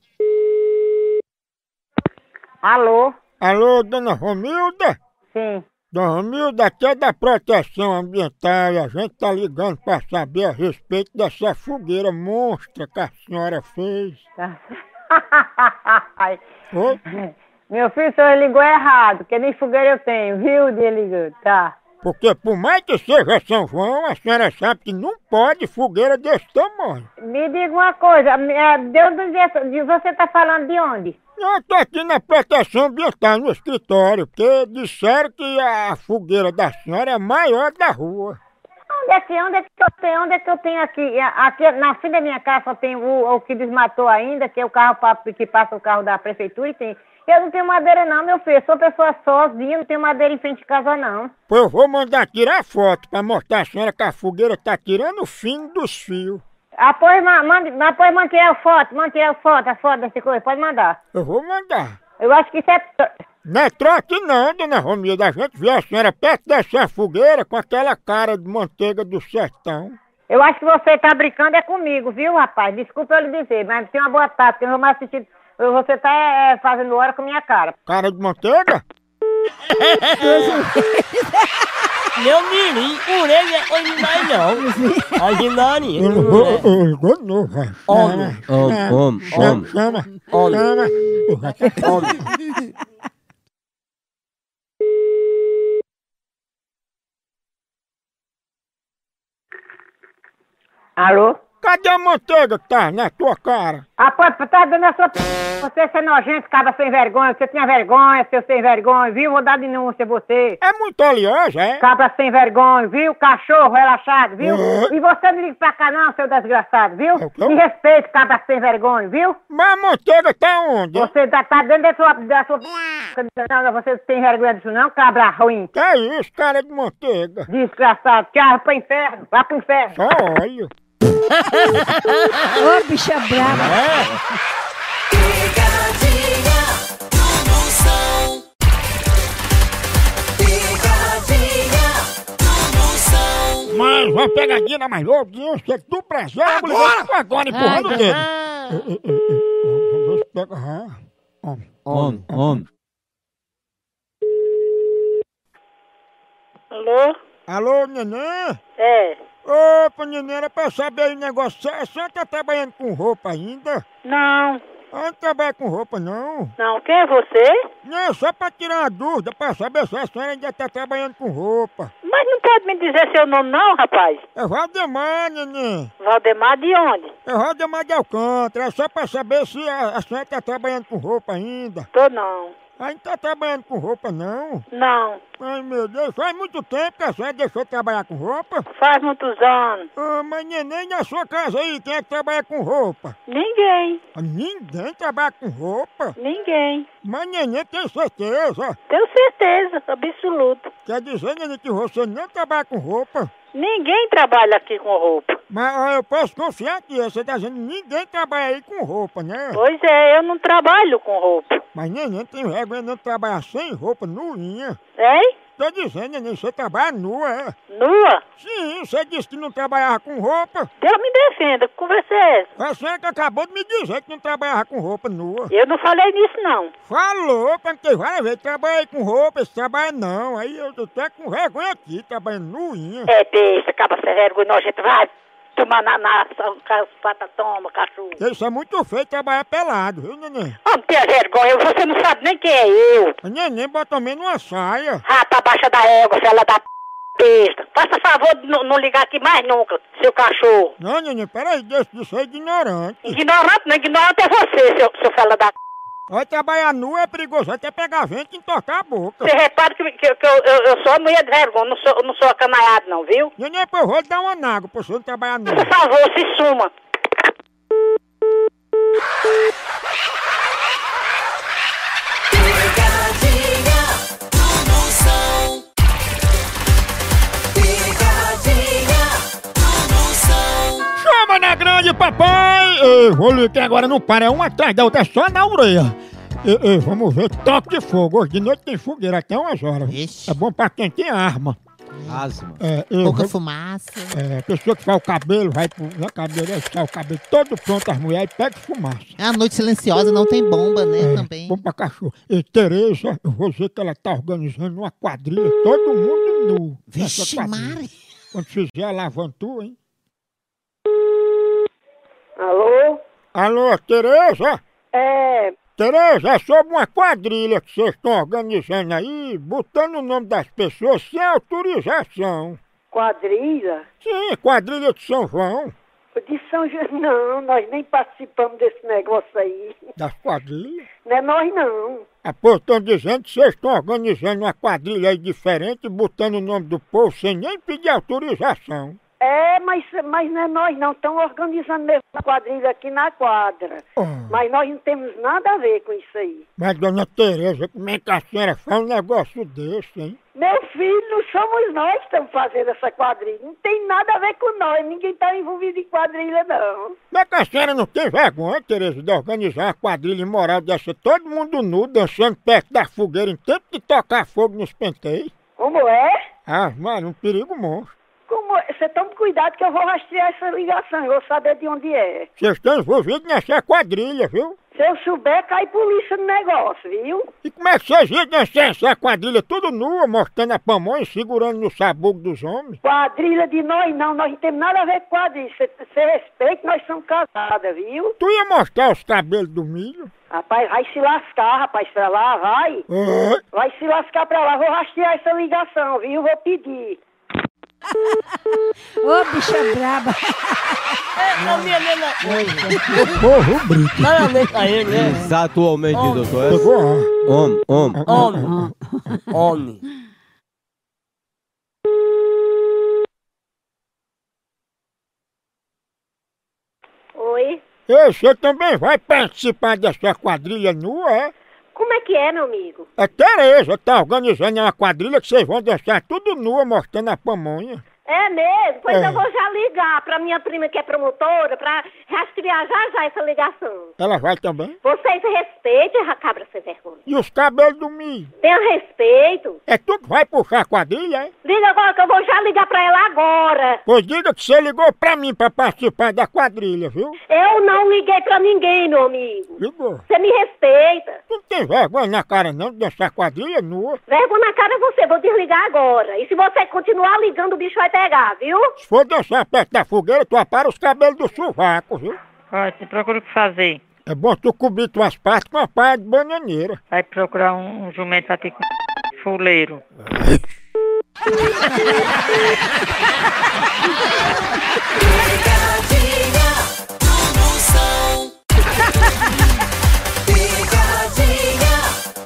Speaker 1: Alô? Alô, dona Romilda? Sim. Dona Romilda, aqui é da proteção ambiental e a gente tá ligando pra saber a respeito dessa fogueira monstra que a senhora fez.
Speaker 18: Tá. Ah,
Speaker 1: Oi?
Speaker 18: Meu filho, o senhor ligou errado, porque nem fogueira eu tenho, viu, Deligado? Tá.
Speaker 1: Porque por mais que seja São João, a senhora sabe que não pode fogueira desse tamanho.
Speaker 18: Me diga uma coisa, me- é, Deus do dia, de você tá falando de onde?
Speaker 1: Eu tô aqui na proteção ambiental no escritório, porque disseram que a fogueira da senhora é a maior da rua.
Speaker 18: Onde é que, onde é que eu tenho, onde é que eu tenho aqui? É, Aqui na frente da minha casa só tem o, o que desmatou ainda, que é o carro pa- que passa o carro da prefeitura e tem... Eu não tenho madeira não, meu filho, eu sou pessoa sozinha, não tenho madeira em frente de casa não.
Speaker 1: Pô, eu vou mandar tirar foto pra mostrar a senhora que a fogueira tá tirando o fim dos fios.
Speaker 18: Após, Ah, ma, mande, após manter a foto, manter a foto, a foto dessa coisa, pode mandar.
Speaker 1: Eu vou mandar.
Speaker 18: Eu acho que isso é... tro-
Speaker 1: Não é trote não, dona Romilda. A gente viu a senhora perto dessa fogueira com aquela cara de manteiga do sertão.
Speaker 18: Eu acho que você tá brincando é comigo, viu, rapaz? Desculpa eu lhe dizer, mas tenha uma boa tarde, porque eu não vou mais assistir. Você tá é, fazendo hora com minha cara.
Speaker 1: Cara de manteiga?
Speaker 4: Meu mirim, orelha, oi, não. Ai, Ginani.
Speaker 1: Enganou, vai.
Speaker 4: Homem.
Speaker 1: Chama,
Speaker 3: Homem,
Speaker 1: chama,
Speaker 3: homem.
Speaker 1: chama,
Speaker 4: Homem.
Speaker 1: chama.
Speaker 18: Alô?
Speaker 1: Cadê a manteiga que tá na tua cara?
Speaker 19: Ah, pô, tu tá dando a sua p... Você é nojento, cara sem vergonha. Você tinha vergonha, seu sem vergonha, viu? Vou dar denúncia a você.
Speaker 1: É muito oleosa, é?
Speaker 19: Cabra sem vergonha, viu? Cachorro relaxado, viu?
Speaker 1: É.
Speaker 19: E você não liga pra cá não, seu desgraçado, viu?
Speaker 1: quê?
Speaker 19: Me respeite, cabra sem vergonha, viu?
Speaker 1: Mas a manteiga tá onde?
Speaker 19: Você tá, tá dentro da sua... Da sua... p***. Não, não, você não tem vergonha disso não, cabra ruim.
Speaker 1: Que é isso, cara de manteiga?
Speaker 19: Desgraçado, tchau, pro inferno, vá pro inferno.
Speaker 1: Só óleo.
Speaker 20: Ô, bicha brava.
Speaker 1: É?
Speaker 6: Picadinha do Moção. Picadinha do Moção.
Speaker 1: Mas uma pegadinha mais louquinha do prazer. a mulher
Speaker 6: Agora?
Speaker 1: tá Agora empurrando o
Speaker 6: Ai,
Speaker 1: dedo. Eh, eh, eh, eh, vamos pegar, ah, Homem.
Speaker 3: Homem, homem.
Speaker 1: Alô? Alô, neném?
Speaker 21: É.
Speaker 1: Opa, neném, era pra saber aí o negócio. A senhora tá trabalhando com roupa ainda?
Speaker 21: Não.
Speaker 1: Ah, não trabalha com roupa, não?
Speaker 21: Não, quem é você?
Speaker 1: Não, só pra tirar uma dúvida, pra saber se a senhora ainda tá trabalhando com roupa.
Speaker 21: Mas não pode me dizer seu nome não, rapaz.
Speaker 1: É Valdemar, neném.
Speaker 21: Valdemar de onde?
Speaker 1: É Valdemar de Alcântara. É só pra saber se a, a senhora tá trabalhando com roupa ainda.
Speaker 21: Tô não.
Speaker 1: Aí não tá trabalhando com roupa, não?
Speaker 21: Não.
Speaker 1: Ai, meu Deus, faz muito tempo que a senhora deixou de trabalhar com roupa.
Speaker 21: Faz muitos anos.
Speaker 1: Ah, mas neném, na sua casa aí, quem é que trabalha com roupa?
Speaker 21: Ninguém.
Speaker 1: Ah, Ninguém trabalha com roupa.
Speaker 21: Ninguém.
Speaker 1: Mas neném tem certeza.
Speaker 21: Tenho certeza, absoluta.
Speaker 1: Quer dizer, neném, que você não trabalha com roupa.
Speaker 21: Ninguém trabalha aqui com roupa.
Speaker 1: Mas ah, eu posso confiar que você tá dizendo ninguém trabalha aí com roupa, né?
Speaker 21: Pois é, eu não trabalho com roupa.
Speaker 1: Mas neném tem vergonha de não trabalhar sem roupa, nuinha.
Speaker 21: Hein?
Speaker 1: Tô dizendo, neném, você trabalha nua, é?
Speaker 21: Nua?
Speaker 1: Sim, você disse que não trabalhava com roupa.
Speaker 21: Deus me defenda, que conversa é essa?
Speaker 1: A senhora que acabou de me dizer que não trabalhava com roupa nua.
Speaker 21: Eu não falei nisso não.
Speaker 1: Falou, perguntei várias vezes, trabalhei com roupa, esse trabalho não. Aí eu tô até com vergonha aqui, trabalhando nuinha.
Speaker 21: É besta, acaba sem vergonha, nojento, vai tomar na nação, pata toma, cachorro.
Speaker 1: Isso é muito feio trabalhar pelado, viu, neném?
Speaker 21: Ô, não tenha vergonha, você não sabe nem quem é eu. Ah, tá
Speaker 1: A neném bota ao menos uma saia.
Speaker 21: Rata baixa da égua, fela da p... besta. Faça favor de não não ligar aqui mais nunca, seu cachorro.
Speaker 1: Não, neném, peraí, deixa de ser ignorante.
Speaker 21: Ignorante, não, ignorante é você, seu, seu fela da p...
Speaker 1: Olha, trabalhar nu é perigoso, até pegar vento e entortar a boca.
Speaker 21: Você repara que, que- que eu, eu, eu sou a mulher de vergonha, não sou, não sou acanaiado não, viu?
Speaker 1: Neném, pô, eu vou lhe dar uma naga pra você não trabalhar nu.
Speaker 21: Por favor, se suma.
Speaker 6: Picadinha do Moção. Picadinha do Moção.
Speaker 1: Chama na grande, papai! Ei, vou lhe que agora não para, é uma atrás da outra, é só na orelha. Ei, ei, vamos ver, toque de fogo. Hoje de noite tem fogueira até umas horas.
Speaker 22: Ixi.
Speaker 1: É bom pra quem tem arma.
Speaker 3: Asma.
Speaker 1: É, eu
Speaker 22: Pouca
Speaker 1: vou-
Speaker 22: fumaça.
Speaker 1: é, a pessoa que faz o cabelo, vai pro na cabelo, sai o cabelo todo pronto, as mulheres pegam fumaça. É,
Speaker 22: É a noite silenciosa, não tem bomba, né? Também.
Speaker 1: Bom pra cachorro. E Tereza, eu vou dizer que ela tá organizando uma quadrilha, todo mundo nu. nessa
Speaker 22: Vixe,
Speaker 1: quadrilha.
Speaker 22: Mari.
Speaker 1: Quando fizer a lavantua, hein?
Speaker 12: Alô?
Speaker 1: Alô, Tereza?
Speaker 12: É,
Speaker 1: Tereza, é sobre uma quadrilha que vocês estão organizando aí, botando o nome das pessoas sem autorização.
Speaker 12: quadrilha?
Speaker 1: Sim, quadrilha de São João.
Speaker 12: De São Ju- Não, nós nem participamos desse negócio aí.
Speaker 1: Das quadrilhas.
Speaker 12: Não é nós, não.
Speaker 1: Ah, pô, estão dizendo que vocês estão organizando uma quadrilha aí diferente, botando o nome do povo sem nem pedir autorização.
Speaker 12: É, mas, mas não é nós, não. Estão organizando mesmo a quadrilha aqui na quadra.
Speaker 1: Ah.
Speaker 12: Mas nós não temos nada a ver com isso aí.
Speaker 1: Mas, dona Tereza, como é que a senhora faz um negócio desse, hein?
Speaker 12: Meu filho, não somos nós que estamos fazendo essa quadrilha. Não tem nada a ver com nós. Ninguém está envolvido em quadrilha, não.
Speaker 1: Como é que a senhora não tem vergonha, Tereza, de organizar uma quadrilha imoral dessa, todo mundo nu, dançando perto da fogueira, em tempo de tocar fogo nos penteios?
Speaker 12: Como é?
Speaker 1: Ah, mano, um perigo monstro.
Speaker 12: Como é? Você toma cuidado que eu vou rastrear essa ligação. Eu vou saber de onde é.
Speaker 1: Vocês estão envolvidos nessa quadrilha, viu?
Speaker 12: Se eu souber, cai polícia no negócio, viu?
Speaker 1: E como é que vocês iam dançar essa quadrilha tudo nua, mostrando a pamonha e segurando no sabugo dos homens?
Speaker 12: Quadrilha de nós não, nós não temos nada a ver com quadrilha. Você respeita, nós somos casadas, viu?
Speaker 1: Tu ia mostrar os cabelos do milho?
Speaker 12: Rapaz, vai se lascar, rapaz, pra lá, vai.
Speaker 1: Oi.
Speaker 12: Vai se lascar pra lá, vou rastrear essa ligação, viu? Vou pedir.
Speaker 15: Ô, bicha braba.
Speaker 4: É, a minha nena.
Speaker 3: Porro brito.
Speaker 15: É,
Speaker 4: Parabéns a ele, né?
Speaker 3: Exatamente,
Speaker 4: Homem.
Speaker 3: doutor. Homem, homem.
Speaker 4: Homem. Homem.
Speaker 12: Oi?
Speaker 1: Ei, você também vai participar dessa quadrilha nua, é?
Speaker 12: Como é que é, meu amigo?
Speaker 1: A Tereza tá organizando uma quadrilha que vocês vão dançar tudo nua, mostrando a pamonha.
Speaker 12: É mesmo? Pois
Speaker 1: É.
Speaker 12: eu vou já ligar pra minha prima que é promotora pra rastrear já já essa ligação.
Speaker 1: Ela vai também?
Speaker 12: Vocês respeitem, ra- cabra sem vergonha.
Speaker 1: E os cabelos do milho?
Speaker 12: Tenha respeito.
Speaker 1: É tu que vai puxar a quadrilha, é?
Speaker 12: Liga agora que eu vou já ligar pra ela agora.
Speaker 1: Pois diga que você ligou pra mim pra participar da quadrilha, viu?
Speaker 12: Eu não liguei pra ninguém, meu amigo.
Speaker 1: Ligou.
Speaker 12: Você me respeita.
Speaker 1: Tu não tem vergonha na cara não de dançar quadrilha nua?
Speaker 12: Vergonha na cara é você, vou desligar agora. E se você continuar ligando, o bicho vai pegar, viu?
Speaker 1: Se for dançar perto da fogueira, tu apara os cabelos do sovaco, viu?
Speaker 10: Olha, Ah, você procura o que fazer.
Speaker 1: É bom tu cobrir tuas partes com a pá de bananeira.
Speaker 10: Vai procurar um, um jumento pra ter com fuleiro.
Speaker 6: Picadinha do Moção. Picadinha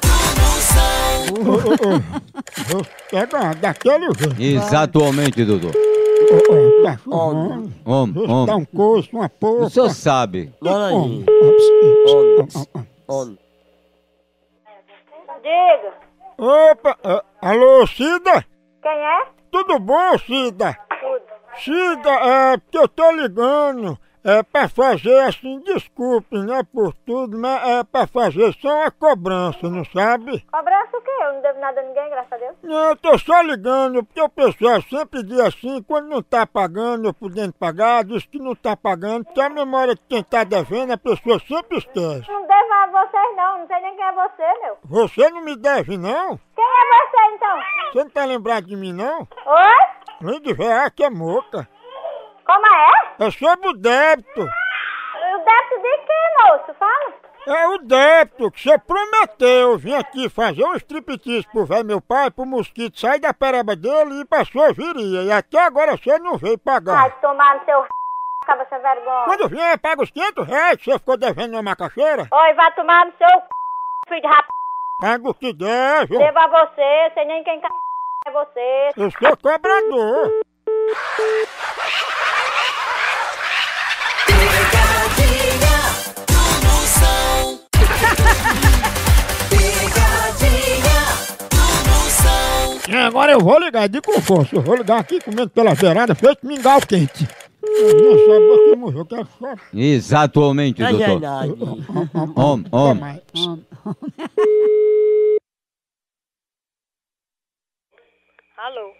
Speaker 6: do Moção.
Speaker 1: Ô, ô, ô, vou pegar daquele jeito.
Speaker 3: Exatamente, doutor.
Speaker 1: Ô, ô, Tá fumando.
Speaker 3: Homem,
Speaker 1: Dá
Speaker 3: homem.
Speaker 1: um coço, uma
Speaker 3: O
Speaker 1: porra. Tá
Speaker 3: senhor sabe.
Speaker 4: Bora aí. Homem.
Speaker 12: Diga,
Speaker 1: Opa, ah, alô, Cida?
Speaker 12: quem é?
Speaker 1: Tudo bom, Cida?
Speaker 12: Tudo.
Speaker 1: Cida, é porque eu tô ligando. É pra fazer assim, desculpe, né, por tudo, mas é pra fazer só uma cobrança, não sabe?
Speaker 12: Cobrança o quê? Eu não devo nada a ninguém, graças a Deus.
Speaker 1: Não, eu tô só ligando, porque o pessoal sempre diz assim, quando não tá pagando, eu podendo pagar, diz que não tá pagando, porque a memória de quem tá devendo, a pessoa sempre esquece.
Speaker 12: Não devo a vocês, não. Não sei nem quem é você, meu.
Speaker 1: Você não me deve, não?
Speaker 12: Quem é você, então?
Speaker 1: Você não tá lembrado de mim, não?
Speaker 12: Oi?
Speaker 1: Nem de real que é moca.
Speaker 12: Como é?
Speaker 1: É sobre o débito.
Speaker 12: O débito de quê, moço? Fala.
Speaker 1: É o débito que você prometeu. Vim aqui fazer um striptease pro velho meu pai, pro mosquito sair da pereba dele e ir pra sua viria. E até agora você não veio pagar.
Speaker 12: Vai tomar no seu r... acaba sem vergonha.
Speaker 1: Quando vier, paga os 500 reais que você ficou devendo na macaxeira.
Speaker 12: Oi, vai tomar no seu c... filho de rap...
Speaker 1: Paga o que deve.
Speaker 12: Devo a você, sei nem quem c... é você.
Speaker 1: Eu sou cobrador.
Speaker 6: Picadinha do Moção. Picadinha do Moção.
Speaker 1: E agora eu vou ligar de conforto. Eu vou ligar aqui comendo pela beirada, feito mingau quente. Eu não sabia que morreu, que é foda.
Speaker 3: Exatamente,
Speaker 4: É
Speaker 3: doutor.
Speaker 4: verdade.
Speaker 3: Homem, homem.
Speaker 12: Alô,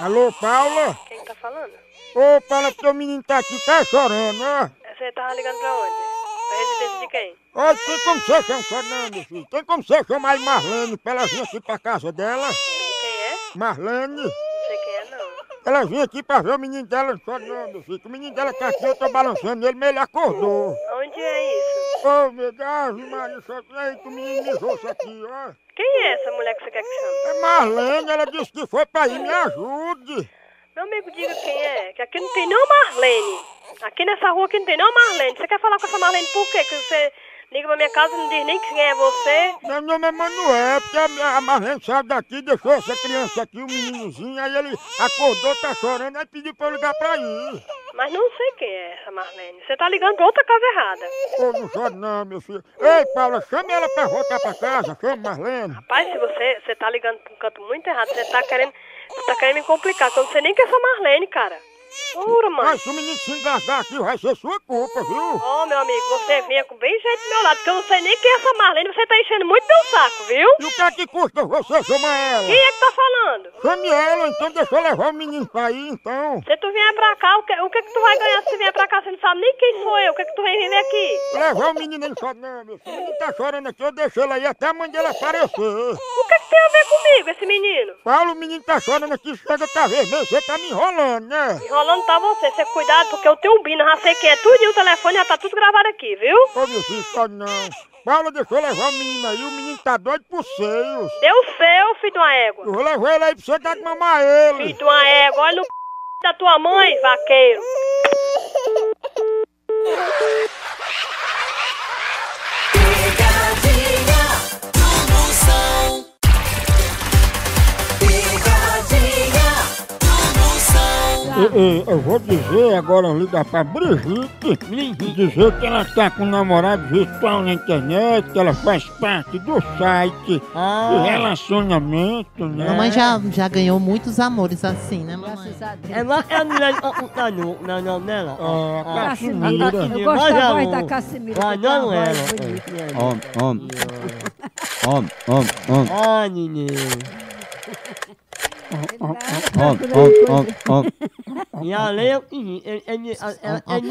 Speaker 1: Alô, Paula?
Speaker 12: quem tá falando?
Speaker 1: Ô, Paula, teu menino tá aqui, tá chorando, ó.
Speaker 12: Você tava ligando pra onde? Pra residência de quem?
Speaker 1: Olha, tem como você chamar Fernando, filho? Tem como você chamar ele Marlene pra ela vir aqui pra casa dela?
Speaker 12: Quem é?
Speaker 1: Marlene?
Speaker 12: Não sei quem é, não.
Speaker 1: Ela vinha aqui pra ver o menino dela, Fernando, filho. O menino dela tá aqui, eu tô balançando ele, mas ele acordou.
Speaker 12: Onde é isso?
Speaker 1: Ô, meu Deus, Ave Maria, só... Eita, o menino mijou isso aqui, ó.
Speaker 12: Quem é essa mulher que você quer que chame?
Speaker 1: É Marlene, ela disse que foi pra ir, me ajude.
Speaker 12: Meu amigo, diga quem é, que aqui não tem não Marlene. Aqui nessa rua aqui não tem não Marlene. Você quer falar com essa Marlene por quê? Que você liga pra minha casa e não diz nem quem é você.
Speaker 1: Meu nome é Manuel, porque a, minha- a Marlene saiu daqui, deixou essa criança aqui, o meninozinho, aí ele acordou, tá chorando, aí pediu pra eu ligar pra ir.
Speaker 12: Mas não sei quem é essa Marlene. Você tá ligando pra outra casa errada.
Speaker 1: Ô, não chora não, meu filho. Ei, Paula, chama ela pra voltar pra casa, chama Marlene.
Speaker 12: Rapaz, se você, você tá ligando pra um canto muito errado, você tá querendo, você tá querendo me complicar, que eu não sei nem quem é essa Marlene, cara. Pura, mano.
Speaker 1: Mas se o menino se engasgar aqui, vai ser sua culpa, viu?
Speaker 12: Ó, meu amigo, você vinha com bem jeito do meu lado, que eu não sei nem quem é essa Marlene, você tá enchendo muito meu saco, viu?
Speaker 1: E o que é que custa você chamar
Speaker 12: Quem
Speaker 1: ela?
Speaker 12: é que tá falando?
Speaker 1: Chame ela, então deixa eu levar o menino pra aí, então.
Speaker 12: Se tu vier pra cá, o que, o que que tu vai ganhar se vier pra cá? Você não sabe nem quem sou eu, o que que tu vem viver aqui?
Speaker 1: Levar o menino, ele chora não, meu filho. O menino tá chorando aqui, eu deixei ele aí até a mãe dele aparecer.
Speaker 12: O que é que tem a ver comigo, esse menino?
Speaker 1: Paulo, o menino tá chorando aqui, chega outra vez, mesmo, você tá me enrolando, né?
Speaker 12: Enrolando tá você, você cuidado, porque eu tenho um bino, já sei quem é tudo e o telefone já tá tudo gravado aqui, viu?
Speaker 1: Ô, meu filho, chora não. Paulo deixou eu levar o menino aí, o menino tá doido por seios.
Speaker 12: Deu seu, filho de uma égua.
Speaker 1: Eu vou levar ele aí pra você dar de mamar ele.
Speaker 12: Filho de uma égua, olha no c... da tua mãe, vaqueiro.
Speaker 6: Pegadinha do Moção. Pegadinha do Moção.
Speaker 1: Eu, eu- eu vou dizer agora, eu ligar pra Brigitte e dizer que ela tá com um namorado virtual na internet, que ela faz parte do site de relacionamento, né?
Speaker 14: Mamãe já, já ganhou muitos amores assim, né, mamãe?
Speaker 4: É lá que a mulher. Não, não, não, não, não.
Speaker 1: Ah,
Speaker 15: Cassimira. Eu gosto da voz da Cassimira.
Speaker 4: Ah,
Speaker 15: que tem uma
Speaker 4: não é.
Speaker 15: voz bonita.
Speaker 3: Homem, homem. Homem, homem, homem.
Speaker 4: Ah, neném.
Speaker 3: Homem, homem, homem, homem.
Speaker 4: E a lei é o seguinte: é- é de- é- é- é de-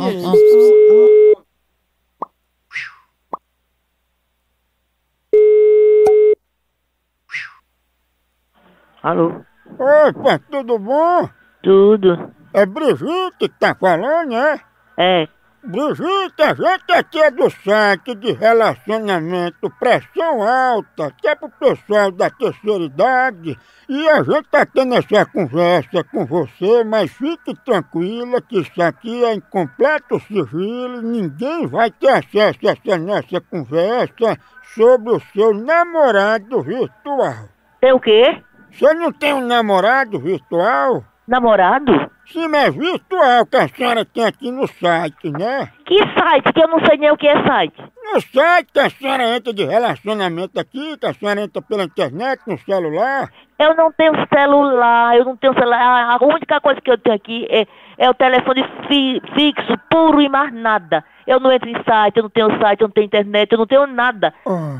Speaker 1: Alô? Opa, tudo bom? Tudo. É Brigitte que tá falando, é? É. Brigitte, a gente aqui é do site de relacionamento pressão alta, que é pro pessoal da terceira idade. E a gente tá tendo essa conversa com você, mas fique tranquila que isso aqui é em completo sigilo, e ninguém vai ter acesso a essa nossa conversa sobre o seu namorado virtual. Tem o quê? Você não tem um namorado virtual? Namorado? Sim, mas virtual que a senhora tem aqui no site, né? Que site? Que eu não sei nem o que é site. No site que a senhora entra de relacionamento aqui, que a senhora entra pela internet, no celular.
Speaker 23: Eu não tenho celular, eu não tenho celular. A única coisa que eu tenho aqui é, é o telefone fi- fixo, puro e mais nada. Eu não entro em site, eu não tenho site, eu não tenho internet, eu não tenho nada.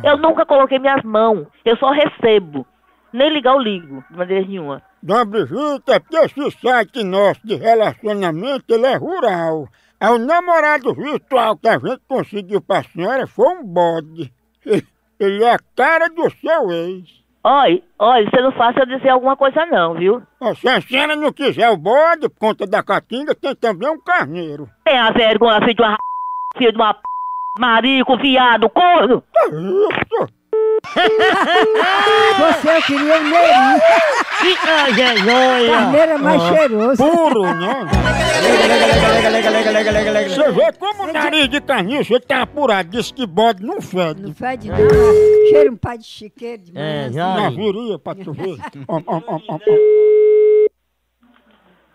Speaker 23: Eu nunca coloquei minhas mãos, eu só recebo. Nem ligar eu ligo, de maneira nenhuma.
Speaker 1: Dona Brigitte, é porque esse site nosso de relacionamento, ele é rural. É o namorado virtual que a gente conseguiu pra senhora foi um bode. Ele é a cara do seu ex.
Speaker 23: Olha, olha, você não faça eu dizer alguma coisa não, viu?
Speaker 1: Se a senhora não quiser o bode, por conta da caatinga, tem também um carneiro.
Speaker 23: Tem a vergonha, filho de uma r... filho de uma p... marico, viado, corno.
Speaker 1: Isso!
Speaker 23: Você
Speaker 15: é
Speaker 23: eu queria o neirinho.
Speaker 4: Ah, Jesus!
Speaker 15: Carneiro é mais cheiroso.
Speaker 1: Puro, né? Você vê como o nariz de carniça tá apurado, diz que bode não fede. Não
Speaker 15: Fede nada. Cheira um pai de chiqueiro de
Speaker 1: É,
Speaker 15: manhã.
Speaker 1: já.
Speaker 15: assim. Hum,
Speaker 1: Na viria pra tu ver.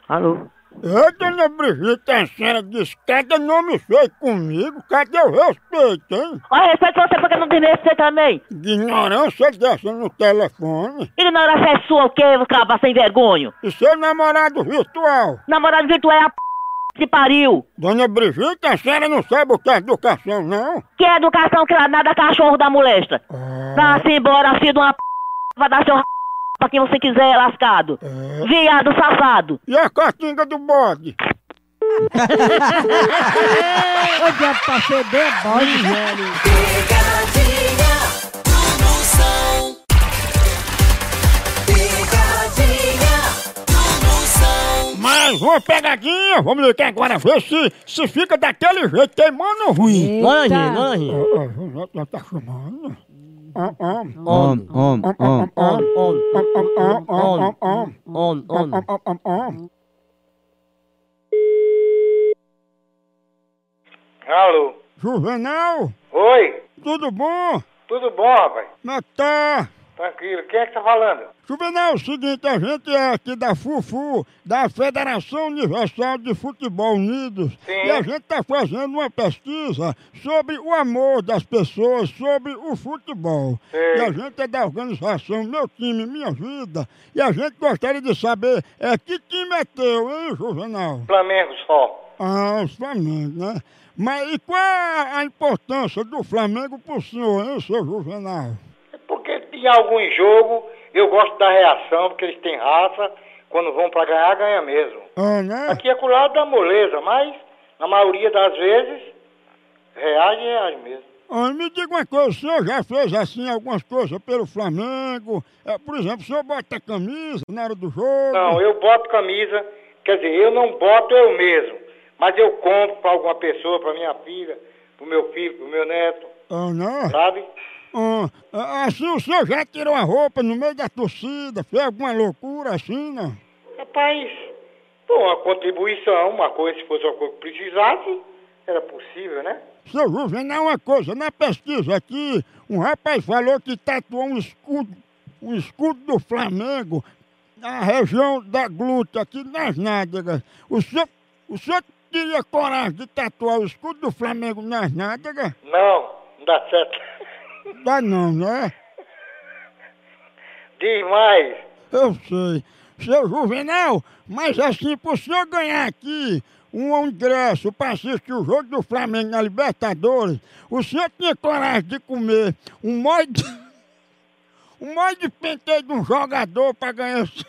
Speaker 1: Alô? Ô, dona Brigitte, a senhora diz cada nome feio comigo, cadê o respeito, hein?
Speaker 23: Olha, respeito você porque não tem respeito também.
Speaker 1: Ignorância dessa no telefone.
Speaker 23: Ignorância é sua, o quê, cabra sem vergonha?
Speaker 1: E seu namorado virtual?
Speaker 23: Namorado virtual é a p... que pariu.
Speaker 1: Dona Brigitte, a senhora não sabe o que é educação, não? Ah.
Speaker 23: Que é educação que ela nada cachorro da molesta. Vá-se embora, filho de uma p... Vai dar seu r... pra quem você quiser, lascado. Viado, safado.
Speaker 1: É. E a caatinga do bode?
Speaker 15: Ô, diabo, pra feder,
Speaker 1: é.
Speaker 15: bode.
Speaker 6: né? Pegadinha do Moção. Pegadinha do Moção.
Speaker 1: Mais uma pegadinha, vamos ligar agora, ver se, se fica daquele jeito, tem mano ruim.
Speaker 4: Mano, mano.
Speaker 1: Ó, ó, Já tá chamando. Ó, ó.
Speaker 3: Homem, homem, homem.
Speaker 1: Alô? Juvenal?
Speaker 24: Oi,
Speaker 1: Tudo bom?
Speaker 24: tudo bom, rapaz?
Speaker 1: Como é que tá?
Speaker 24: Tranquilo, quem é que tá falando?
Speaker 1: Juvenal, é o seguinte, a gente é aqui da FUFU, da Federação Universal de Futebol Unidos. E a gente está fazendo uma pesquisa sobre o amor das pessoas, sobre o futebol. E a gente é da organização Meu Time Minha Vida. E a gente gostaria de saber é, que time é teu, hein, Juvenal?
Speaker 24: Flamengo só.
Speaker 1: Ah, o Flamengo, né? Mas e qual é a importância do Flamengo pro senhor, hein, seu Juvenal?
Speaker 24: Porque em algum jogo eu gosto da reação, porque eles têm raça. Quando vão pra ganhar, ganha mesmo.
Speaker 1: Ah, né?
Speaker 24: Aqui é com o lado da moleza, mas na maioria das vezes reage, reage mesmo.
Speaker 1: Ah, me diga uma coisa, o senhor já fez assim algumas coisas pelo Flamengo? É, por exemplo, o senhor bota a camisa na hora do jogo?
Speaker 24: Não, eu boto camisa, quer dizer, eu não boto eu mesmo, mas eu compro pra alguma pessoa, pra minha filha, pro meu filho, pro meu neto,
Speaker 1: Ah, não?
Speaker 24: sabe?
Speaker 1: Ah, ah, assim, o senhor já tirou a roupa no meio da torcida, fez alguma loucura assim, não?
Speaker 24: Rapaz, Pô, uma contribuição, uma coisa, se fosse uma coisa que precisasse, era possível, né?
Speaker 1: Seu Juvenal, uma coisa, na pesquisa aqui, um rapaz falou que tatuou um escudo, um escudo do Flamengo na região da glútea, aqui nas nádegas. O senhor, o senhor teria coragem de tatuar o escudo do Flamengo nas nádegas?
Speaker 24: Não, não dá certo.
Speaker 1: Dá não, né?
Speaker 24: Diz mais.
Speaker 1: Eu sei. Seu Juvenal, mas assim, pro senhor ganhar aqui um ingresso pra assistir o jogo do Flamengo na Libertadores, o senhor tinha coragem de comer um molho de... um molho de penteio de um jogador pra ganhar esse,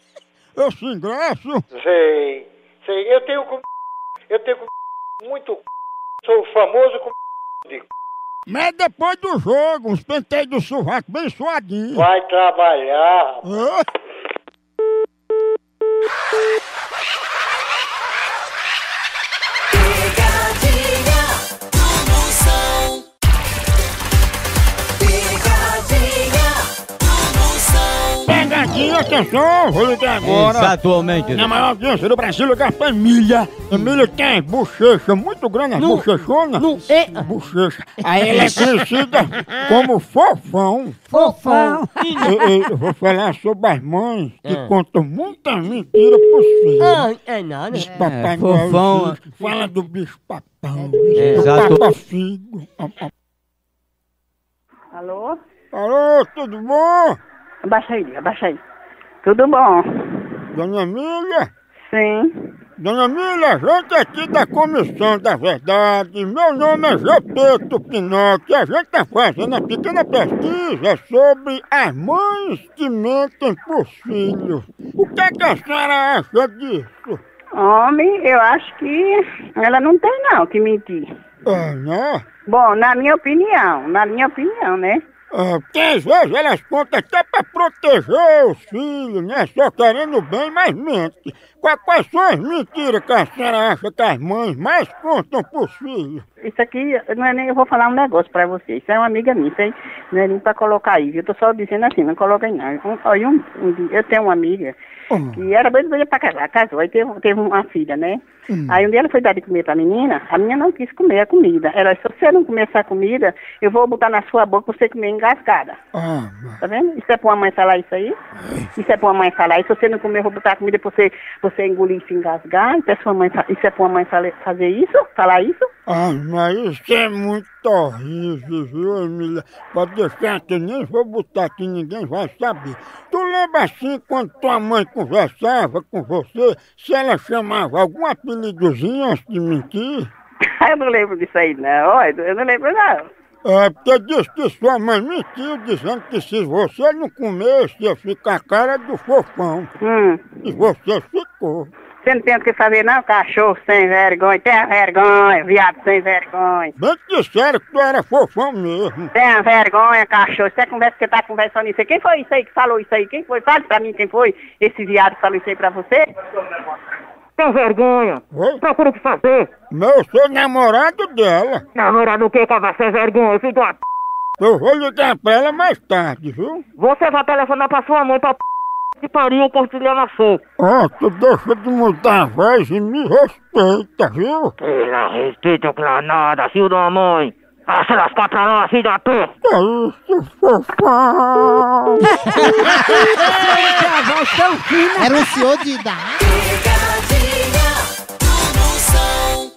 Speaker 1: esse ingresso?
Speaker 24: Sei, sei. Eu tenho com... Eu tenho com... Muito Sou o famoso com... De...
Speaker 1: Mas depois do jogo, uns penteios do sovaco bem suadinho.
Speaker 24: Vai trabalhar.
Speaker 1: Hã?
Speaker 6: Picadinha do Moção. Picadinha do Moção.
Speaker 1: Pegadinha, atenção, vou ligar agora.
Speaker 3: Exatamente.
Speaker 1: Na maior audiência do Brasil, ligar a família. Família tem bochecha muito grande,
Speaker 4: Não- é-
Speaker 1: bochechona. Bochecha. Aí ela é conhecida como fofão.
Speaker 4: Fofão.
Speaker 1: Eu, eu vou falar sobre as mães que
Speaker 4: Ah.
Speaker 1: contam muita mentira pros filhos.
Speaker 4: Ah, é nada.
Speaker 1: Papai Noel,
Speaker 3: fofão.
Speaker 1: filho, fala do bicho papão,
Speaker 3: É,
Speaker 1: do
Speaker 3: exato.
Speaker 1: papa figo.
Speaker 12: Alô?
Speaker 1: Alô, tudo bom?
Speaker 12: Abaixa aí, abaixa aí. Tudo bom?
Speaker 1: Dona Emília?
Speaker 12: Sim.
Speaker 1: Dona Emília, a gente aqui da Comissão da Verdade, meu nome é Gepeto Pinocchio, a gente está fazendo uma pequena pesquisa sobre as mães que mentem pros filhos. O que, é que a senhora acha disso?
Speaker 12: Homem, eu acho que ela não tem não que mentir.
Speaker 1: Ah, não?
Speaker 12: Bom, na minha opinião, na minha opinião, né?
Speaker 1: Ah, porque às vezes elas contam até para proteger os filhos, né? Só querendo bem, mas mente. Qua- Quais são as mentiras que a senhora acha que as mães mais contam pros filhos?
Speaker 12: Isso aqui, não é nem, eu vou falar um negócio pra vocês. Isso é uma amiga minha, isso aí não é nem pra colocar aí. viu? Eu tô só dizendo assim, não coloca aí não. Um, olha, um, um dia, eu tenho uma amiga que era bem doida pra casar, casou, aí teve, teve uma filha, né?
Speaker 6: Hum.
Speaker 12: Aí um dia ela foi dar de comer pra menina, a menina não quis comer a comida. Ela disse, se você não comer essa comida, eu vou botar na sua boca pra você comer engasgada.
Speaker 1: Ah,
Speaker 12: Tá vendo? Isso é pra uma mãe falar isso aí? Isso é pra uma mãe falar. E se você não comer, eu vou botar a comida pra você, você engolir e se engasgar. Isso é, sua mãe, fa- isso é pra uma mãe fale- fazer isso? Falar isso?
Speaker 1: Ah, mas isso é muito horrível, viu, Emília? Pode deixar que eu nem vou botar que ninguém vai saber. Tu lembra assim, quando tua mãe conversava com você, se ela chamava algum apelidozinho antes de mentir?
Speaker 12: Ah, eu não lembro disso aí, não. Olha, Eu não lembro, não.
Speaker 1: É, porque diz que sua mãe mentiu, dizendo que se você não comesse, ia ficar a cara do fofão.
Speaker 12: Hum.
Speaker 1: E você é ficou.
Speaker 12: Você não tem o que fazer, não? Cachorro sem vergonha. Tenha vergonha, viado sem vergonha.
Speaker 1: Bem que disseram que tu era fofão mesmo.
Speaker 12: Tenha vergonha, cachorro. Isso é conversa que você tá conversando isso aí. Quem foi isso aí que falou isso aí? Quem foi? Fale pra mim quem foi esse viado que falou isso aí pra você.
Speaker 25: Tem vergonha? Procura o que fazer.
Speaker 1: Mas eu sou namorado dela.
Speaker 25: Namorado o quê, cara? Sem vergonha, filho da p...
Speaker 1: Eu vou ligar pra ela mais tarde, viu?
Speaker 25: Você vai telefonar pra sua mãe pra p... um que pariu, cortilha na sua.
Speaker 1: Ó, Ah, tu deixa de mudar a voz e me respeita, viu?
Speaker 25: Pela respeito, pela nada, filho da mãe. Ah, se lascar pra lá, filho da p...
Speaker 1: Que isso, fofão?
Speaker 26: Era um senhor de idade.
Speaker 6: Picadinha do Moção.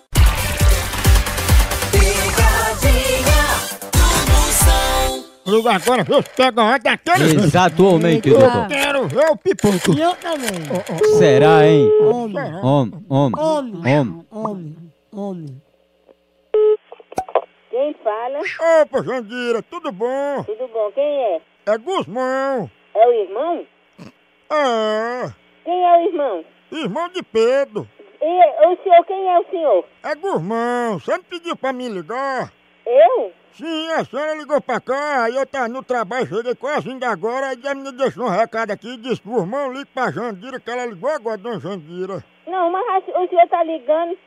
Speaker 6: Picadinha do Moção.
Speaker 1: Liga agora, vê se pega uma daquele.
Speaker 3: Exatamente,
Speaker 1: Eu
Speaker 3: doutor.
Speaker 1: quero ver o pipoco. Oh,
Speaker 27: E eu também.
Speaker 3: Será, hein?
Speaker 27: Homem.
Speaker 1: né?
Speaker 3: Homem, homem, homem.
Speaker 27: Homem. Homem.
Speaker 28: Quem fala?
Speaker 1: Opa, Jandira, tudo bom?
Speaker 28: Tudo bom? Quem é?
Speaker 1: É Guzmão.
Speaker 28: É o irmão?
Speaker 1: É,
Speaker 28: Quem é o irmão?
Speaker 1: irmão de Pedro.
Speaker 28: E o senhor, quem é o senhor?
Speaker 1: É Guzmão, você me pediu pra me ligar?
Speaker 28: Eu?
Speaker 1: Sim, a senhora ligou pra cá, aí eu tava no trabalho, cheguei quase ainda agora, aí a menina deixou um recado aqui e disse, Guzmão, liga pra Jandira, que ela ligou agora, dona Jandira.
Speaker 28: Não, mas a- o senhor tá ligando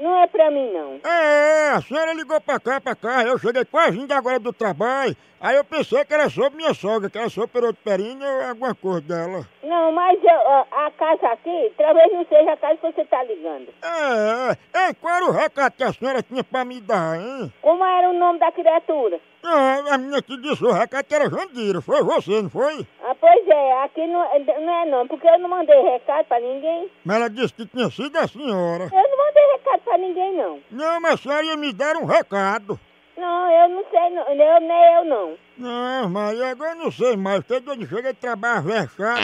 Speaker 29: Não é pra mim, não.
Speaker 1: É, a senhora ligou pra cá, pra cá. Eu cheguei quase indo agora do trabalho. Aí eu pensei que era sobre minha sogra, que era sobre Peroto Perina ou alguma coisa dela.
Speaker 29: Não, mas eu, ó, a casa aqui, talvez não seja a casa que você tá ligando.
Speaker 1: É, é. Ei, qual era o recado que a senhora tinha pra me dar, hein?
Speaker 29: Como é, era o nome da criatura?
Speaker 1: Ah, a menina que disse o recado que era Jandira. Foi você, não foi?
Speaker 29: Ah, pois é, aqui não, não é não, porque eu não mandei recado pra ninguém.
Speaker 1: Mas ela disse que tinha sido a senhora.
Speaker 29: Eu não mandei recado pra ninguém, não.
Speaker 1: Não, mas a senhora ia me dar um recado.
Speaker 29: Não, eu não sei, não. Eu, nem eu, não.
Speaker 1: Não, mas agora eu não sei mais. Todo dia chega de trabalho, vexado.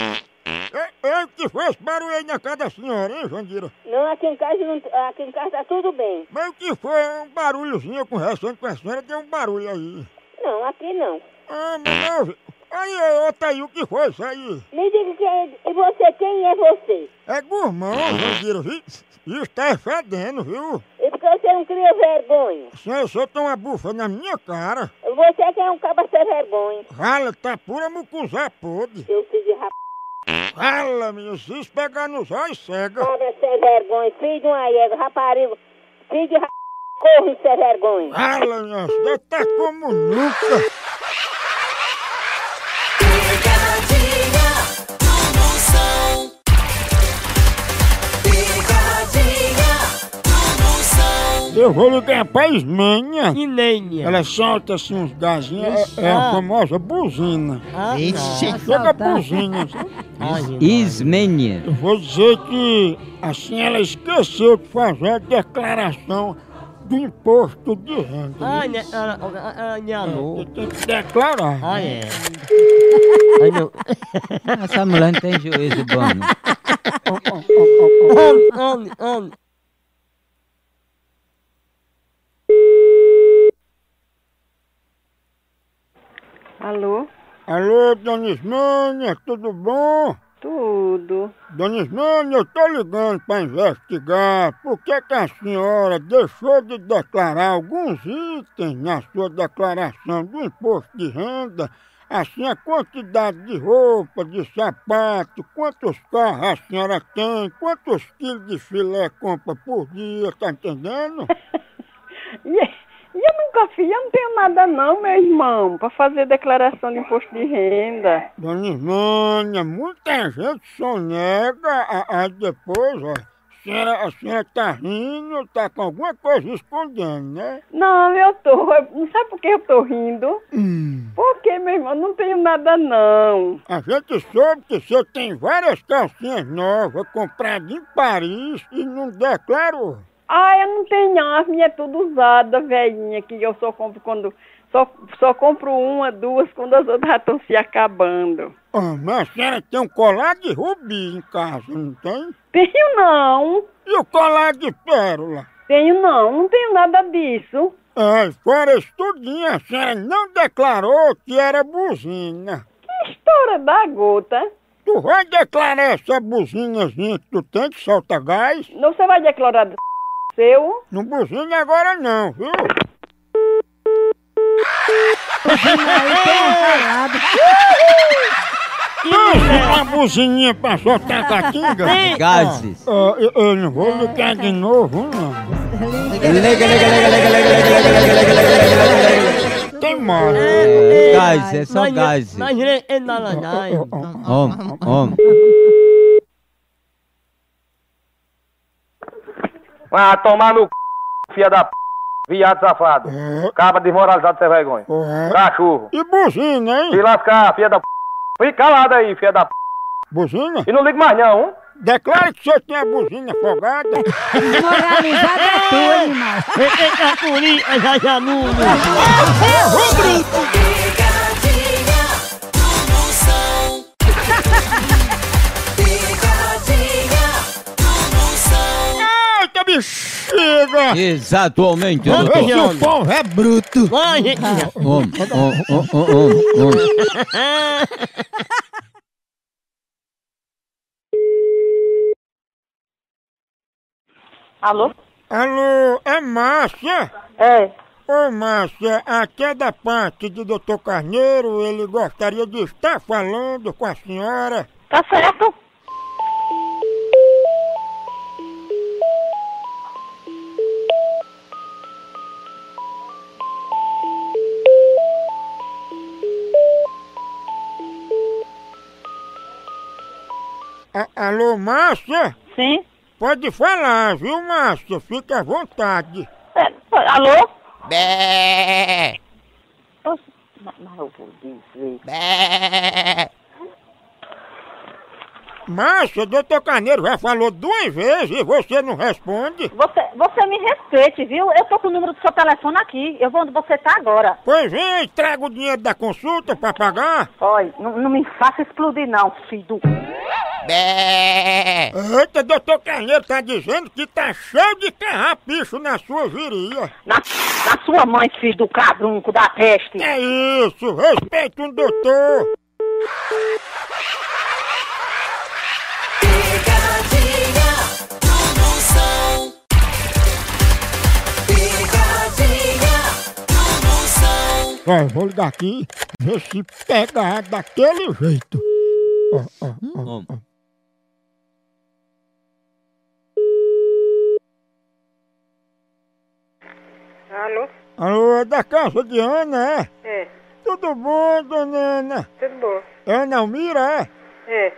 Speaker 1: Eu, eu É, que foi esse barulho aí na casa da senhora, hein, Jandira?
Speaker 29: Não, aqui em casa, não, aqui em casa tá tudo bem.
Speaker 1: Mas o que foi? É Um barulhozinho, eu conversando com a senhora, deu um barulho aí.
Speaker 29: Não, aqui não.
Speaker 1: Ah, mas eu... Aí, outra aí, o que foi isso aí?
Speaker 29: Me diga quem é e você, quem é você?
Speaker 1: É gourmão, Jandira, viu? Isso tá fedendo, viu?
Speaker 29: E É porque você não cria vergonha?
Speaker 1: Senhora, o senhor tem uma bufa na minha cara.
Speaker 29: Você que é um caba sem vergonha.
Speaker 1: Rala, tá pura mucuzá podre.
Speaker 29: Eu filho de rap...
Speaker 1: Rala, menino, se isso pegar nos olhos, cega.
Speaker 29: Cabra sem vergonha, filho de uma égua, raparigo, filho de ra... corno sem vergonha.
Speaker 1: Rala, minha senhora, tá como nunca.
Speaker 6: Picadinha do Moção. Picadinha do Moção.
Speaker 1: Eu vou ligar pra Ismênia.
Speaker 4: Ismênia.
Speaker 1: Ela solta assim uns gazinhos. É, é
Speaker 4: Ah.
Speaker 1: a famosa buzina.
Speaker 4: Ah,
Speaker 14: Ixi.
Speaker 4: nossa,
Speaker 1: Chega a
Speaker 4: tá.
Speaker 1: buzina.
Speaker 3: Ismênia.
Speaker 1: Eu vou dizer que assim ela esqueceu de fazer a declaração do imposto de renda.
Speaker 4: Ai, né, ah, ah, ah, minha alô.
Speaker 1: Tem que declarar.
Speaker 4: Ah, é.
Speaker 3: Ai, meu. Essa mulher não tem juízo bom. não.
Speaker 4: Homem, homem, homem.
Speaker 7: Alô?
Speaker 1: Alô, Dona Ismênia, tudo bom?
Speaker 7: Tudo.
Speaker 1: Dona Ismênia, eu tô ligando para investigar por que, que a senhora deixou de declarar alguns itens na sua declaração do imposto de renda, assim a quantidade de roupa, de sapato, quantos carros a senhora tem, quantos quilos de filé compra por dia, tá entendendo?
Speaker 7: E, e eu nunca fiz, eu não tenho nada não, meu irmão, para fazer declaração de imposto de renda.
Speaker 1: Dona Ivânia, muita gente sonega, a- aí depois, ó, a senhora, a senhora tá rindo, tá com alguma coisa escondendo, né?
Speaker 7: Não, eu tô, eu- não sabe por que eu tô rindo?
Speaker 1: Hum.
Speaker 7: Porque, meu irmão, não tenho nada não.
Speaker 1: A gente soube que o senhor tem várias calcinhas novas compradas em Paris e não declarou.
Speaker 7: Ah, eu não tenho não, as minhas é tudo usada, velhinha, que eu só compro quando... Só, só compro uma, duas, quando as outras já estão se acabando.
Speaker 1: Ah, mas a senhora tem um colar de rubi em casa, não tem?
Speaker 7: Tenho não,
Speaker 1: E o colar de pérola?
Speaker 7: tenho não, não tenho nada disso.
Speaker 1: Ah, fora isso tudinho, a senhora não declarou que era buzina.
Speaker 7: Que história da gota.
Speaker 1: Tu vai declarar essa buzinazinha que tu tem que solta gás?
Speaker 7: Não, você vai declarar do seu?
Speaker 1: Não buzina agora não, viu? Não, uma buzininha pra soltar a caatinga?
Speaker 3: Gases.
Speaker 1: Ah, eu, eu não vou ligar de novo, não.
Speaker 3: Liga, liga, liga, liga, liga, liga, liga, liga, liga, liga, liga, liga, liga, liga.
Speaker 1: Tem mais.
Speaker 3: É, Gases, é só
Speaker 4: Mas-
Speaker 3: gases.
Speaker 4: mas ele- ele não lá, não.
Speaker 3: Homem, homem.
Speaker 24: Vá tomar no c... filha da p... viado safado. Caba desmoralizado sem vergonha. Cachorro.
Speaker 1: E buzina, hein?
Speaker 24: Se lascar, filha da p... Fica calado aí, filha da p...
Speaker 1: Buzina?
Speaker 24: E não liga mais não, hein?
Speaker 1: Declara que o senhor tem a buzina afogada.
Speaker 15: Desmoralizada é tu, animal.
Speaker 4: Ele tá purinha, já já nulo.
Speaker 6: Picadinha do Moção. Picadinha do Moção.
Speaker 1: Eita, bexiga!
Speaker 3: Exatamente.
Speaker 1: Vamos ver se o
Speaker 3: doutor.
Speaker 1: povo é bruto.
Speaker 4: Vai, gente.
Speaker 3: Homem, homem, homem, homem, homem.
Speaker 4: Ah,
Speaker 1: Alô? Alô, é Márcia? É. Ô Márcia, aqui é da parte do Dr. Carneiro, ele gostaria de estar falando com a senhora.
Speaker 17: Tá certo?
Speaker 1: A- alô, Márcia?
Speaker 8: Sim?
Speaker 1: Pode falar, viu, Márcia? Fica à vontade.
Speaker 8: Alô?
Speaker 1: Bé.
Speaker 29: Mas, mas eu vou dizer.
Speaker 1: Márcia, o doutor Carneiro já falou duas vezes e você não responde.
Speaker 8: Você, você me respeite, viu? Eu tô com o número do seu telefone aqui. Eu vou onde você tá agora.
Speaker 1: Pois vem, traga o dinheiro da consulta pra pagar.
Speaker 8: Olha, não, não me faça explodir não, filho do...
Speaker 1: Bé. Eita, doutor Carneiro tá dizendo que tá cheio de carrapicho na sua viria.
Speaker 8: Na, na sua mãe, filho do cabrunco da peste.
Speaker 1: É isso, respeita um doutor.
Speaker 6: Picadinha do Moção. Picadinha do Moção.
Speaker 1: Ó, eu vou ligar aqui, ver se pega daquele jeito. Ó, ó, ó, ó.
Speaker 9: Alô?
Speaker 1: Alô, é da casa de Ana, é?
Speaker 9: É,
Speaker 1: Tudo bom, dona Ana?
Speaker 9: tudo bom.
Speaker 1: É Ana Almira, é?
Speaker 9: É.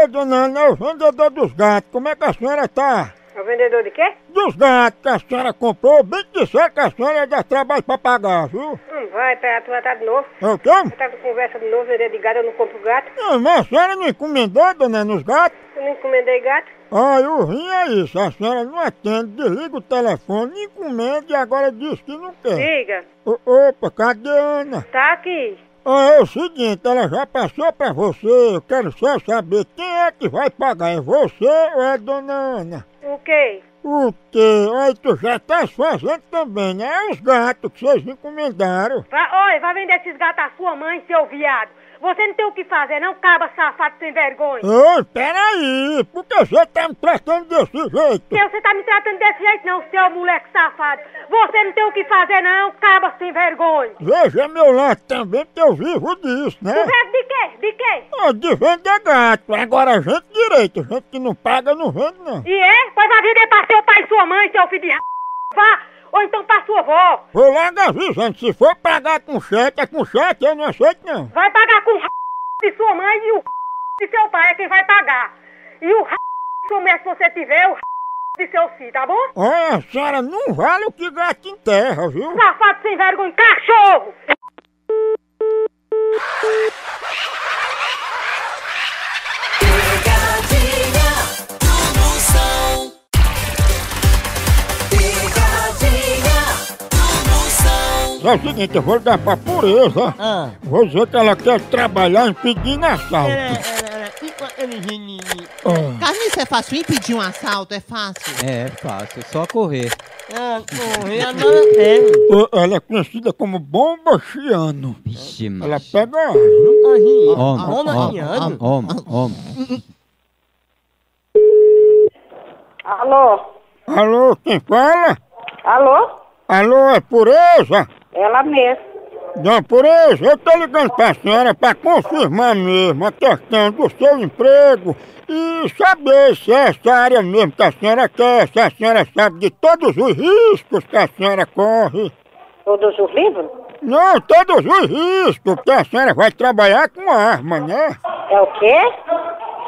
Speaker 1: Ei, dona Ana, é o vendedor dos gatos. Como é que a senhora tá?
Speaker 9: É o vendedor de quê?
Speaker 1: Dos gatos né, que a senhora comprou, bem que disser que a senhora dá trabalho pra pagar, viu?
Speaker 9: Não vai, pra tu vai estar de novo.
Speaker 1: É o quê?
Speaker 9: Vai estar com conversa de novo, vendedor de gato, eu não compro gato.
Speaker 1: Não, mas a senhora não encomendou, dona Ana, os gatos?
Speaker 9: Eu não encomendei gato.
Speaker 1: Ah, eu rim é isso. A senhora não atende, desliga o telefone, encomenda e agora diz que não quer.
Speaker 9: Diga,
Speaker 1: O- opa, cadê a Ana?
Speaker 9: tá aqui.
Speaker 1: Ah, é o seguinte, ela já passou pra você, eu quero só saber quem é que vai pagar, é você ou é a dona Ana?
Speaker 9: O quê?
Speaker 1: O quê? Aí tu já tá se fazendo também, né? É os gatos que vocês encomendaram.
Speaker 9: Vai, oi, vai vender esses gatos à sua mãe, seu viado. Você não tem o que fazer, não, caba safado sem vergonha.
Speaker 1: Ô, peraí, por que você tá me tratando desse jeito?
Speaker 9: Seu, você tá me tratando desse jeito não, seu moleque safado. Você não tem o que fazer não, caba sem vergonha.
Speaker 1: Veja meu lado também, porque eu vivo disso, né?
Speaker 9: Conversa de quê? De quê?
Speaker 1: Ah, de vender gato. Agora gente direito, gente que não paga não vende não.
Speaker 9: E é? Pois vai vender pra seu pai e sua mãe, seu filho de r... Vá, ou então pra sua avó.
Speaker 1: Vou logo avisando, se for pagar com cheque, é com cheque, eu não aceito não.
Speaker 9: Vai pagar com o r... de sua mãe e o r... de seu pai é quem vai pagar. E o r... de sua mulher, se você tiver, é o r... de seu filho, tá bom?
Speaker 1: Olha, a senhora não vale o que gato enterra, viu?
Speaker 9: Safado sem vergonha, cachorro!
Speaker 6: Picadinha do Moção. Picadinha do Moção.
Speaker 1: Só É o seguinte, eu vou dar pra pureza. Vou dizer que ela quer trabalhar impedindo assalto.
Speaker 3: É.
Speaker 1: Ah.
Speaker 14: Carlinhos, isso é fácil impedir um assalto, é fácil.
Speaker 3: É fácil, é só correr.
Speaker 4: Ah, correr não pego.
Speaker 1: Ô, Ela é conhecida como bomba chiano.
Speaker 3: Vixe, mano.
Speaker 1: Ela pega a
Speaker 3: Homem,
Speaker 4: Homem,
Speaker 3: homem,
Speaker 4: homem.
Speaker 3: homem, homem.
Speaker 13: Alô?
Speaker 1: Alô, quem fala?
Speaker 13: Alô?
Speaker 1: Alô, é pureza?
Speaker 13: Ela mesmo.
Speaker 1: Não, por isso, eu tô ligando pra senhora pra confirmar mesmo a questão do seu emprego e saber se é essa área mesmo que a senhora quer, se a senhora sabe de todos os riscos que a senhora corre.
Speaker 13: Todos os livros?
Speaker 1: Não, todos os riscos, porque a senhora vai trabalhar com arma, né?
Speaker 13: É o quê?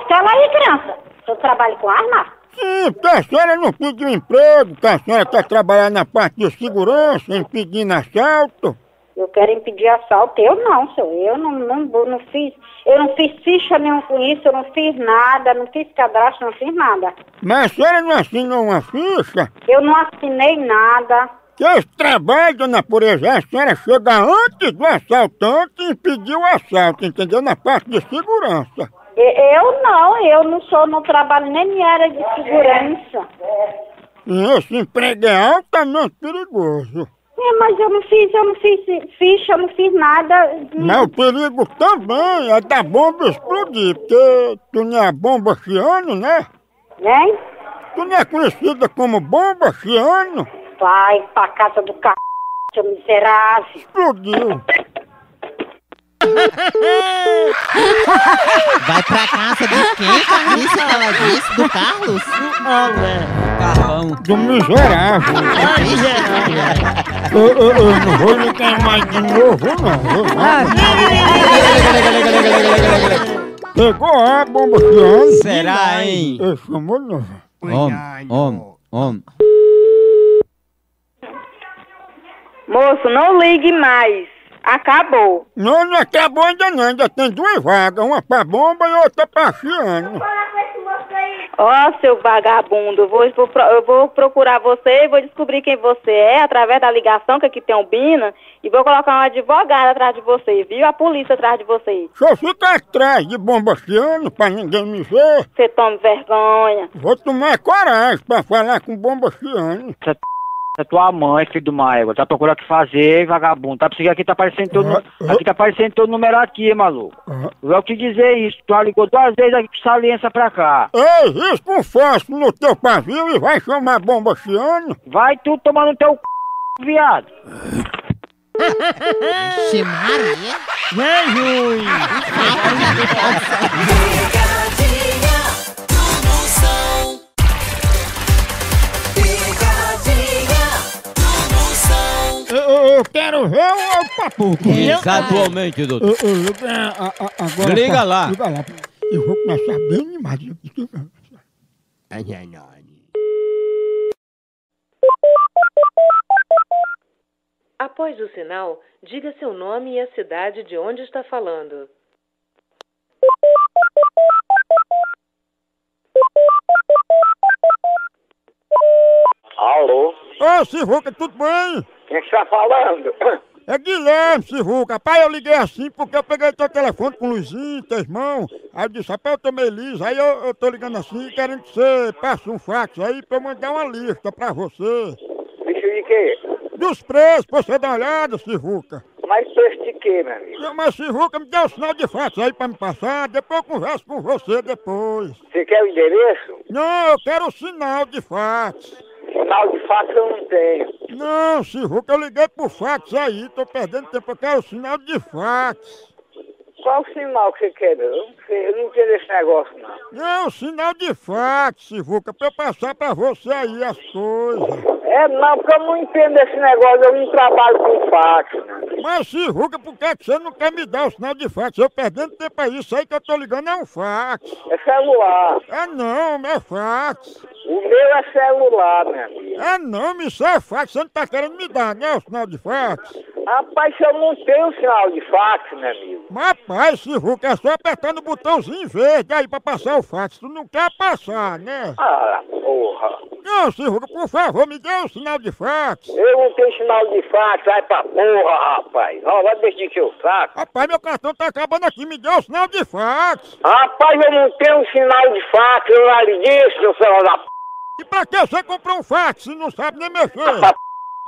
Speaker 13: Fala aí, criança. Eu trabalho com arma?
Speaker 1: Sim, porque a senhora não pediu emprego, que a senhora quer trabalhar na parte de segurança, impedindo assalto.
Speaker 13: Eu quero impedir assalto. Eu não, senhor. Eu não, não, vou- não fiz. Eu não fiz ficha nenhuma com isso, eu não fiz nada, não fiz cadastro, não fiz nada.
Speaker 1: Mas a senhora não assinou uma ficha?
Speaker 13: Eu não assinei nada.
Speaker 1: Que esse trabalho, dona Pureza, a senhora chega antes do assaltante e impediu o assalto, entendeu? Na parte de segurança.
Speaker 13: E- Eu não, eu não sou, não trabalho nem minha área de segurança.
Speaker 1: E esse emprego é altamente perigoso.
Speaker 13: É, mas eu não fiz, eu não fiz ficha, eu não fiz nada.
Speaker 1: Mas o perigo também é da bomba explodir, porque tu não é a bomba chiano, né?
Speaker 13: Hein?
Speaker 1: Tu não é conhecida como bomba chiano?
Speaker 13: Vai pra casa do c... seu miserável.
Speaker 1: Explodiu.
Speaker 14: Vai pra casa de quem, Carlinhos, que ela disse? Do Carlos?
Speaker 3: Carvão.
Speaker 1: Do miserável. eu, eu- eu não vou ligar mais de novo, não. Eu-
Speaker 3: Liga, liga, liga, liga, liga, liga, liga, liga.
Speaker 1: Pegou a bomba que ano?
Speaker 3: Será, hein?
Speaker 1: Eu chamo não.
Speaker 3: Homem, homem, homem.
Speaker 1: Moço, não ligue mais. Acabou. Não, não acabou ainda não. Ainda tem duas vagas. Uma pra bomba e outra pra Chiano.
Speaker 8: Ó, seu vagabundo, eu vou, vou pro- eu vou procurar você e vou descobrir quem você é através da ligação que aqui tem um Bina e vou colocar um advogado atrás de você, viu? A polícia atrás de você.
Speaker 1: Deixa eu ficar atrás de bomba Chiano pra ninguém me ver.
Speaker 8: Você toma vergonha.
Speaker 1: Vou tomar coragem pra falar com bomba Chiano.
Speaker 2: É tua mãe, filho do Maego. Tá procurando o que fazer, vagabundo. Tá precisando aqui, tá aparecendo teu, nu- aqui tá aparecendo teu número aqui, maluco. Eu vou te dizer isso. Tu já ligou duas vezes aqui pro Saliência pra cá.
Speaker 1: Ei, risca um fósforo no teu pavio e vai chamar bomba Chiano.
Speaker 2: Vai tu tomar no teu c... viado.
Speaker 14: Vixe, Maria.
Speaker 15: Vem, Rui.
Speaker 6: Picadinha do Moção. Picadinha do Moção.
Speaker 1: Eu, eu- eu quero ver o o papuco.
Speaker 3: Exatamente,
Speaker 1: Eu,
Speaker 3: doutor.
Speaker 1: eu ligo a- a- a- agora.
Speaker 3: Liga
Speaker 1: pra-
Speaker 3: lá.
Speaker 1: Liga lá. Eu vou começar tá bem demais.
Speaker 11: Após o sinal, diga seu nome e a cidade de onde está falando.
Speaker 1: Alô? Ô, Sivuca, tudo bem?
Speaker 16: Quem está falando?
Speaker 1: É Guilherme, Sivuca. Pai, eu liguei assim porque eu peguei teu telefone com o Luizinho, teu irmão. Aí eu disse, rapaz, eu tô meio liso. Aí eu, eu tô ligando assim, querendo que você passe um fax aí pra eu mandar uma lista pra você.
Speaker 16: Bicho de quê?
Speaker 1: Dos preços, pra você dar uma olhada, Sivuca.
Speaker 16: Mas preço de quê, meu amigo?
Speaker 1: Não, Mas, Sivuca, me dê o sinal de fax aí pra me passar. Depois eu converso com você depois.
Speaker 16: Você quer o endereço?
Speaker 1: Não, eu quero o sinal de fax.
Speaker 16: Sinal de fax eu não tenho.
Speaker 1: Não, Sivuca, eu liguei pro fax aí, tô perdendo tempo, eu quero o sinal de fax.
Speaker 16: Qual o sinal que você quer? meu? Eu não sei, eu não quero esse negócio, não.
Speaker 1: Não, sinal de fax, Sivuca, pra eu passar pra você aí as coisas.
Speaker 16: É, não, porque eu não entendo esse negócio, eu não trabalho com fax, não.
Speaker 1: Mas, Sivuca, por que que você não quer me dar o sinal de fax? Eu perdendo tempo aí, isso aí que eu tô ligando é um fax.
Speaker 16: É celular.
Speaker 1: Ah não, meu fax.
Speaker 16: O meu é celular, meu amigo.
Speaker 1: Ah não, me isso é fax, você não tá querendo me dar, né, o sinal de fax?
Speaker 16: Rapaz, eu não tenho sinal de fax,
Speaker 24: é
Speaker 16: meu amigo.
Speaker 1: Mas, rapaz, Sivuca, é só apertar no botãozinho verde aí pra passar o fax, tu não quer passar, né?
Speaker 16: Ah, porra.
Speaker 1: Não, Sivuca, por favor, me dê um sinal de fax.
Speaker 16: Eu não tenho sinal de fax, vai pra porra, rapaz. Ó, vai deixar de encher o saco.
Speaker 1: Rapaz, meu cartão tá acabando aqui, me dê um sinal de fax.
Speaker 16: Rapaz, eu não tenho um sinal de fax, eu lá disso, seu celular da p...
Speaker 1: E pra que você comprou um fax se não sabe nem mexer?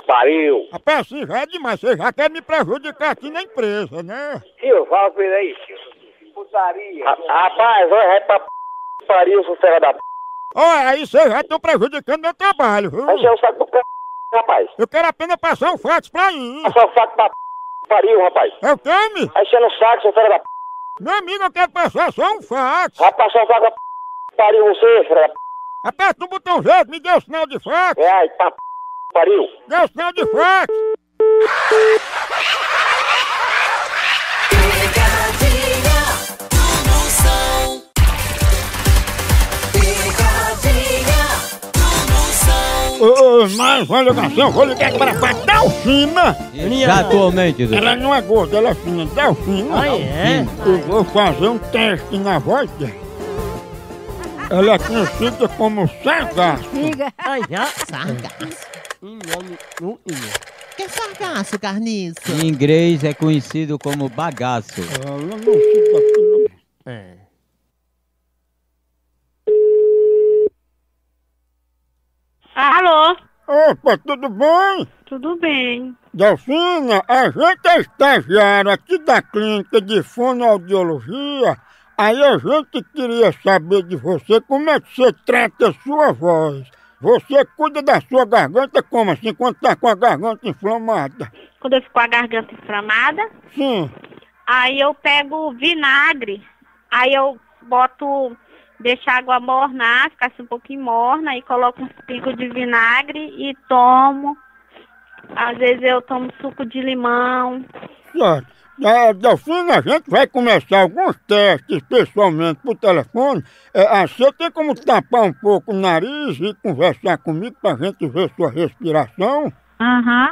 Speaker 16: pariu.
Speaker 1: Rapaz, assim já é demais, você já quer me prejudicar aqui na empresa, né?
Speaker 16: Tio, fala com ele aí, tio. Putaria. Rapaz, olha, é pra p... pariu, seu celular da p...
Speaker 1: Ó, aí vocês já estão prejudicando meu trabalho, viu?
Speaker 16: Mas eu é um saco do p... rapaz.
Speaker 1: Eu quero apenas passar um fax pra mim.
Speaker 16: Só saco pra p... pariu, rapaz.
Speaker 1: É o quê, mi?
Speaker 16: Aí você não saco, seu filho da p...
Speaker 1: Meu amigo, eu quero passar só um fax.
Speaker 16: Rapaz, só saco da p... pariu você, filho da p...
Speaker 1: Aperta o botão verde, me dê o sinal de fax.
Speaker 16: É, aí pra p... pariu.
Speaker 1: Dê o sinal de fax.
Speaker 6: Picadinha do Moção. Picadinha do Moção.
Speaker 1: Ô, ô, mais uma ligação, vou ligar para pra Dalcina.
Speaker 3: Exatamente,
Speaker 1: Ela
Speaker 3: doutor.
Speaker 1: não é gorda, ela é fina. Delfina.
Speaker 3: Ah, é?
Speaker 1: Eu vou fazer um teste na voz dela. Ela é conhecida como sargaço.
Speaker 15: Diga.
Speaker 4: Ai, já.
Speaker 14: Sargaço.
Speaker 4: Em nome do Inha.
Speaker 14: Que sargaço, carniça?
Speaker 3: Em inglês é conhecido como bagaço.
Speaker 1: Ela não fica aqui,
Speaker 4: É.
Speaker 1: Alô? Opa, tudo bom?
Speaker 30: Tudo bem.
Speaker 1: Delfina, a gente é estagiário aqui da clínica de fonoaudiologia. Aí a gente queria saber de você como é que você trata a sua voz. Você cuida da sua garganta como assim, quando tá com a garganta inflamada?
Speaker 30: Quando eu fico com a garganta inflamada,
Speaker 1: Sim.
Speaker 30: aí eu pego vinagre, aí eu boto, deixo a água mornar, ficar assim um pouquinho morna, aí coloco um pico de vinagre e tomo. Às vezes eu tomo suco de limão.
Speaker 1: Certo. É, Delfina, a gente vai começar alguns testes pessoalmente por telefone. É, ah, você tem como tapar um pouco o nariz e conversar comigo pra gente ver sua respiração?
Speaker 30: Aham,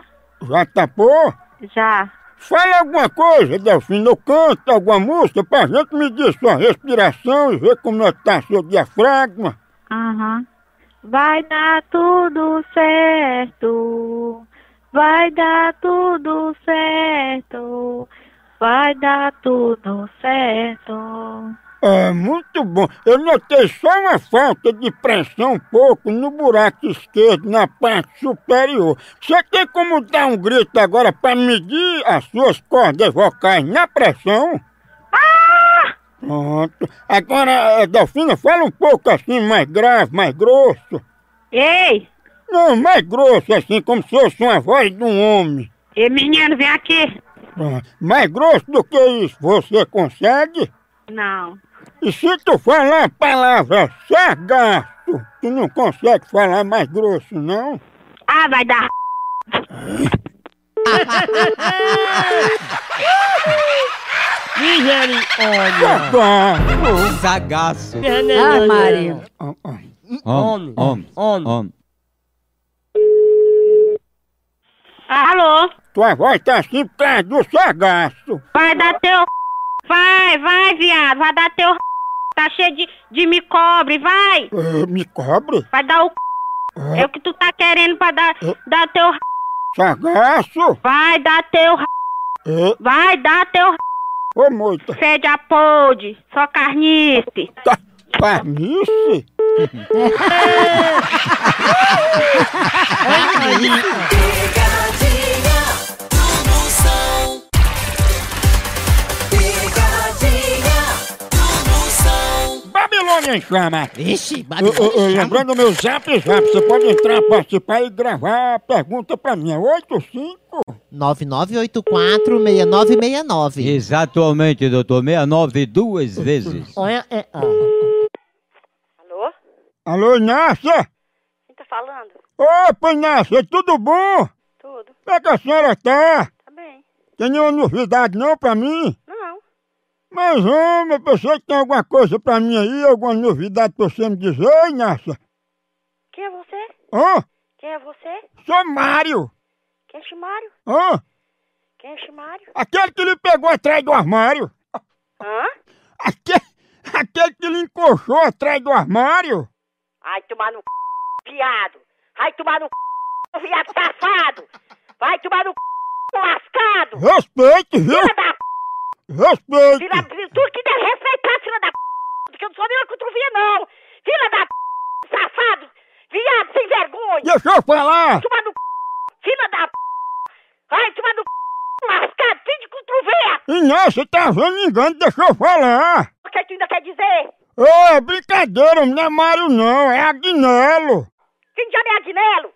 Speaker 1: Já tapou?
Speaker 30: já.
Speaker 1: Fala alguma coisa, Delfina, ou canta alguma música pra gente medir sua respiração e ver como é que tá seu diafragma.
Speaker 30: Aham. Vai dar tudo certo. Vai dar tudo certo. Então, Vai dar tudo certo.
Speaker 1: É, muito bom. Eu notei só uma falta de pressão um pouco no buraco esquerdo, na parte superior. Você tem como dar um grito agora pra medir as suas cordas vocais na pressão? Pronto. Agora, é, Delfina, fala um pouco assim, mais grave, mais grosso.
Speaker 30: Ei!
Speaker 1: Não, mais grosso, assim, como se fosse uma voz de um homem.
Speaker 30: Ei, menino, vem aqui.
Speaker 1: Pronto. Mais grosso do que isso, você consegue?
Speaker 30: Não.
Speaker 1: E se tu falar a palavra sargaço, tu não consegue falar mais grosso, não?
Speaker 30: Ah, vai dar.
Speaker 4: Vigere, olha.
Speaker 1: Sargaço.
Speaker 3: Zagaço.
Speaker 4: Ah, Maria.
Speaker 3: Homem, homem, homem.
Speaker 30: Alô?
Speaker 1: Tua voz tá assim por causa do sargaço.
Speaker 30: Vai dar teu. Vai, vai, viado. Vai dar teu. Tá cheio de, de me cobre, vai.
Speaker 1: Eh, me Ah. cobre?
Speaker 30: Vai dar o. É o que tu tá querendo pra dar,
Speaker 1: Ah.
Speaker 30: dar teu.
Speaker 1: Sargaço?
Speaker 30: Vai dar teu.
Speaker 1: Eh,
Speaker 30: Vai dar teu.
Speaker 1: Ô, moita.
Speaker 30: Fede a podre, só carnice.
Speaker 1: Tá, carnice?
Speaker 6: Pegadinha do Moção. Pegadinha do Moção.
Speaker 1: Babilônia em chama.
Speaker 14: Ixi,
Speaker 1: Ô, ô, ô, lembrando o meu zap zap, você pode entrar, participar e gravar a pergunta pra mim. É 85?
Speaker 14: 9984-6969.
Speaker 3: Exatamente, doutor. 69 duas vezes.
Speaker 15: Olha, é, ó.
Speaker 17: Alô?
Speaker 1: Alô, Inácia?
Speaker 17: Quem tá falando?
Speaker 1: Opa, Inácia, é tudo bom?
Speaker 17: Tudo.
Speaker 1: Como é que a senhora tá?
Speaker 17: Tá bem?
Speaker 1: Tem nenhuma novidade não pra mim?
Speaker 17: Não.
Speaker 1: Mas, homem, eu pensei que tem alguma coisa pra mim aí, alguma novidade pra você me dizer, Inácia.
Speaker 17: Quem é você?
Speaker 1: Hã?
Speaker 17: Quem é você?
Speaker 1: Sou Mário.
Speaker 17: Quem é Chimário?
Speaker 1: Hã?
Speaker 17: Quem é Chimário?
Speaker 1: Aquele que lhe pegou atrás do armário.
Speaker 17: Hã?
Speaker 1: Aquele, aquele que lhe encoxou atrás do armário.
Speaker 17: Vai tomar no c... viado. Vai tomar no c... viado safado. Vai tomar no c... lascado.
Speaker 1: Respeite, viu?
Speaker 17: Filha da p...
Speaker 1: Respeite.
Speaker 17: Filha, tu que deve respeitar, filha da p... Porque eu não sou nenhuma controvia, não. Filha da p... safado. Viado sem vergonha.
Speaker 1: Deixa eu falar.
Speaker 17: Toma no c... Filha da p... Vai tomar no c... lascado. Filho de controvia.
Speaker 1: Inácia, tá vendo engano, deixa eu falar.
Speaker 17: O que tu ainda quer dizer?
Speaker 1: Ô, é brincadeira, não é Mário não, é Agnello.
Speaker 17: Quem já me é Agnello?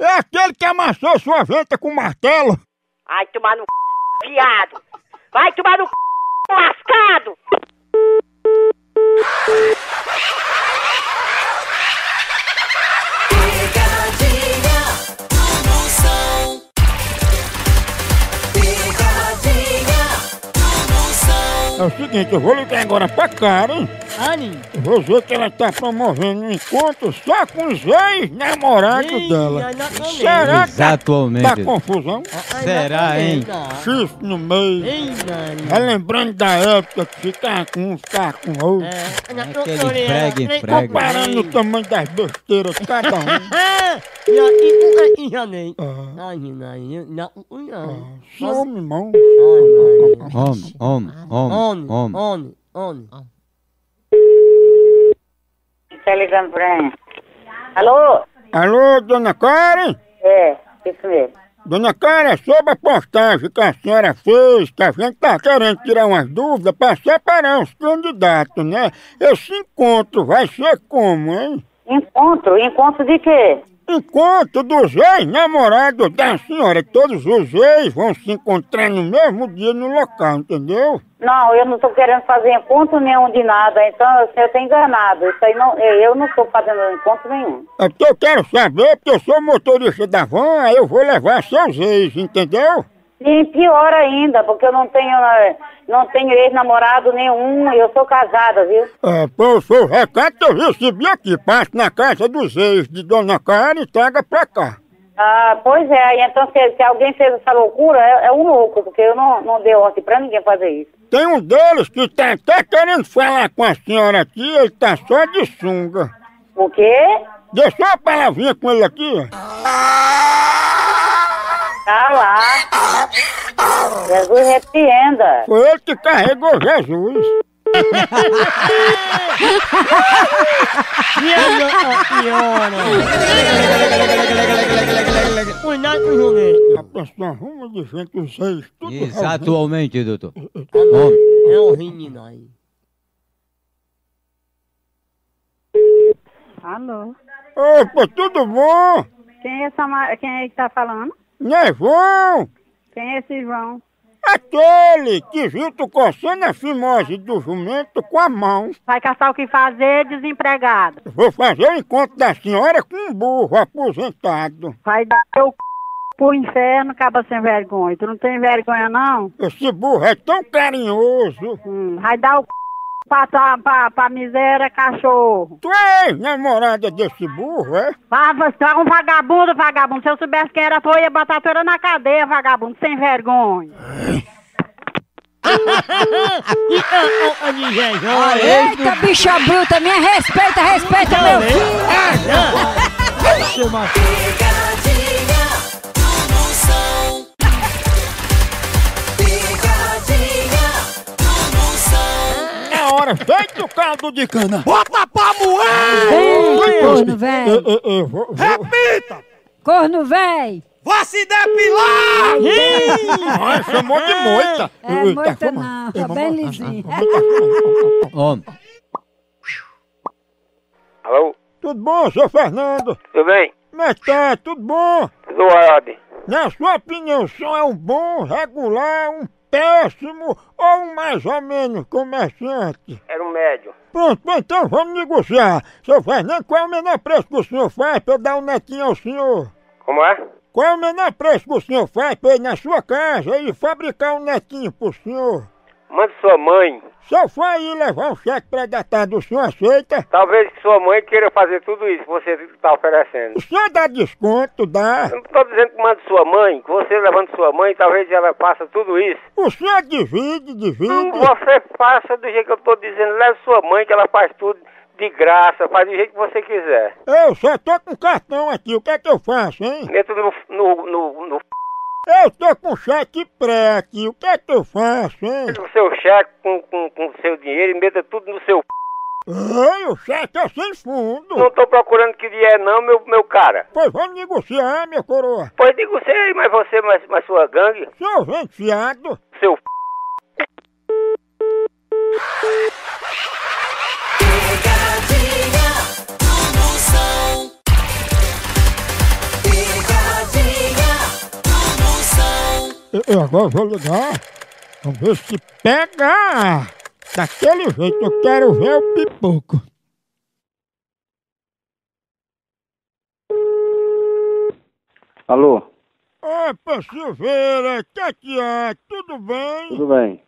Speaker 1: É aquele que amassou sua venta com martelo.
Speaker 17: Vai tomar no c... viado. Vai tomar no c... lascado.
Speaker 6: Pegadinha do Moção. Pegadinha do Moção.
Speaker 1: É o seguinte, eu vou ligar agora pra Karen.
Speaker 4: Anne.
Speaker 1: Eu vou ver que ela tá promovendo um encontro só com os ex-namorados
Speaker 4: Ih,
Speaker 1: dela.
Speaker 4: aí na caneca.
Speaker 1: Será que tá, tá
Speaker 3: Exatamente.
Speaker 1: confusão?
Speaker 3: Será, hein?
Speaker 1: Chifre no meio.
Speaker 4: Ei, Maria.
Speaker 1: É lembrando da época que ficava com um, ficava com outro.
Speaker 4: É, na
Speaker 3: Aquele
Speaker 4: doutorina,
Speaker 3: prego em
Speaker 4: nem
Speaker 3: prego.
Speaker 4: comprei.
Speaker 1: Comparando o tamanho das besteiras de cada um.
Speaker 4: Ah, E aí, e aí,
Speaker 1: Ah,
Speaker 4: Ai, não, não, não.
Speaker 1: some, irmão.
Speaker 4: Ai,
Speaker 3: Homem, homem, homem,
Speaker 4: Homem,
Speaker 3: homem.
Speaker 4: homem, homem.
Speaker 13: Tá ligando pra mim. Alô?
Speaker 1: Alô, dona Karen?
Speaker 13: É, isso mesmo.
Speaker 1: Dona Karen, sobre a postagem que a senhora fez, que a gente tá querendo tirar umas dúvidas para separar os candidatos, né? Esse encontro vai ser como, hein?
Speaker 13: Encontro? Encontro de quê?
Speaker 1: Encontro dos ex-namorados da senhora. Todos os ex vão se encontrar no mesmo dia no local, entendeu?
Speaker 13: Não, eu não tô querendo fazer encontro nenhum de nada, então o senhor tá enganado. Isso aí não, é, eu não tô fazendo encontro nenhum.
Speaker 1: É porque eu quero saber, porque eu sou motorista da van, aí eu vou levar seus ex, entendeu?
Speaker 13: E pior ainda, porque eu não tenho, eh, não tenho ex-namorado nenhum, eu sou casada, viu?
Speaker 1: É, pô, o seu recado que eu recebi aqui, passa na casa dos ex de Dona Cara e traga pra cá.
Speaker 13: Ah, pois é, aí então se, se alguém fez essa loucura, é, é um louco, porque eu não, não dei ordem pra ninguém fazer isso.
Speaker 1: Tem um deles que tá até querendo falar com a senhora aqui, ele tá só de sunga.
Speaker 13: O quê?
Speaker 1: Deixa uma palavrinha com ele aqui.
Speaker 13: Tá lá. Jesus repreenda.
Speaker 1: Foi ele que carregou Jesus.
Speaker 4: Cuidado com o joguete.
Speaker 1: A pessoa arruma de gente, os ex, tudo rausão.
Speaker 31: Exatamente, doutor.
Speaker 4: É o menino aí.
Speaker 12: Alô?
Speaker 1: Opa, tudo bom?
Speaker 12: Quem é, essa, ma- quem é que tá falando?
Speaker 1: Né, João?
Speaker 12: Quem é esse João?
Speaker 1: Aquele que viu tu coçando a fimose do jumento com a mão.
Speaker 12: Vai caçar o que fazer, desempregado.
Speaker 1: Vou fazer o encontro da senhora com um burro aposentado.
Speaker 12: Vai dar teu c... pro inferno, acaba sem vergonha. Tu não tem vergonha, não?
Speaker 1: Esse burro é tão carinhoso.
Speaker 12: Vai dar o c... pra, tua- pra, pra miséria, cachorro.
Speaker 1: Tu é namorada desse burro, é?
Speaker 12: Vai, você é um vagabundo, vagabundo. Se eu soubesse quem era, tu eu ia botar tu era na cadeia, vagabundo, sem vergonha.
Speaker 32: Eita, bicha bruta, me respeita, respeita meu filho.
Speaker 6: Picadinha do Moção. Picadinha do Moção.
Speaker 1: É hora feito o caldo de cana.
Speaker 6: Bota pra moer!
Speaker 32: Ei, corno velho.
Speaker 1: Eu, eu, eu vou, vou.
Speaker 32: Corno velho.
Speaker 6: Vá se depilar!
Speaker 1: Ai, chamou de moita.
Speaker 32: É
Speaker 1: Eita,
Speaker 32: moita
Speaker 1: fuma.
Speaker 32: não, tá bem lisinho.
Speaker 1: Ah,
Speaker 31: Homem.
Speaker 10: Alô?
Speaker 1: Tudo bom, seu Fernando?
Speaker 10: Tudo bem?
Speaker 1: Como é que tá? Tudo bom?
Speaker 10: Tudo ótimo.
Speaker 1: Na sua opinião, o som é um bom, regular, um péssimo ou um mais ou menos comerciante?
Speaker 10: Era um médio.
Speaker 1: Pronto, bom, então vamos negociar. Seu Fernando, qual é o menor preço que o senhor faz pra eu dar um netinho ao senhor?
Speaker 10: Como é?
Speaker 1: Qual é o menor preço que o senhor faz pra eu ir na sua casa e fabricar um netinho pro senhor?
Speaker 10: Manda sua mãe.
Speaker 1: Se eu for aí levar um cheque pra datar do senhor, aceita?
Speaker 10: Talvez que sua mãe queira fazer tudo isso que você está oferecendo.
Speaker 1: O senhor dá desconto, dá?
Speaker 10: Eu não estou dizendo que manda sua mãe, que você levando sua mãe, talvez ela faça tudo isso.
Speaker 1: O senhor divide, divide.
Speaker 10: Você faça do jeito que eu estou dizendo, leve sua mãe, que ela faz tudo de graça, faz do jeito que você quiser.
Speaker 1: Eu só tô com cartão aqui, o que é que eu faço, hein?
Speaker 10: Entra no, no, no, no,
Speaker 1: Eu tô com cheque pré aqui, o que é que eu faço, hein?
Speaker 10: no seu cheque com o com, com o seu dinheiro e meta tudo no seu.
Speaker 1: Ei, o cheque é sem
Speaker 10: Não
Speaker 1: fundo.
Speaker 10: estou procurando que dinheiro não, meu, meu cara.
Speaker 1: Pois vamos negociar, minha coroa.
Speaker 10: Pois digo você aí, mas você, mas, mas sua gangue,
Speaker 1: Seu vento fiado.
Speaker 10: seu
Speaker 6: Picadinha do Moção. Picadinha do Moção.
Speaker 1: Eu, eu agora vou ligar. Vamos ver se pega. Daquele jeito, eu quero ver o pipoco.
Speaker 3: Alô,
Speaker 1: Opa, Silveira, Tatiá, é tudo bem?
Speaker 3: tudo bem?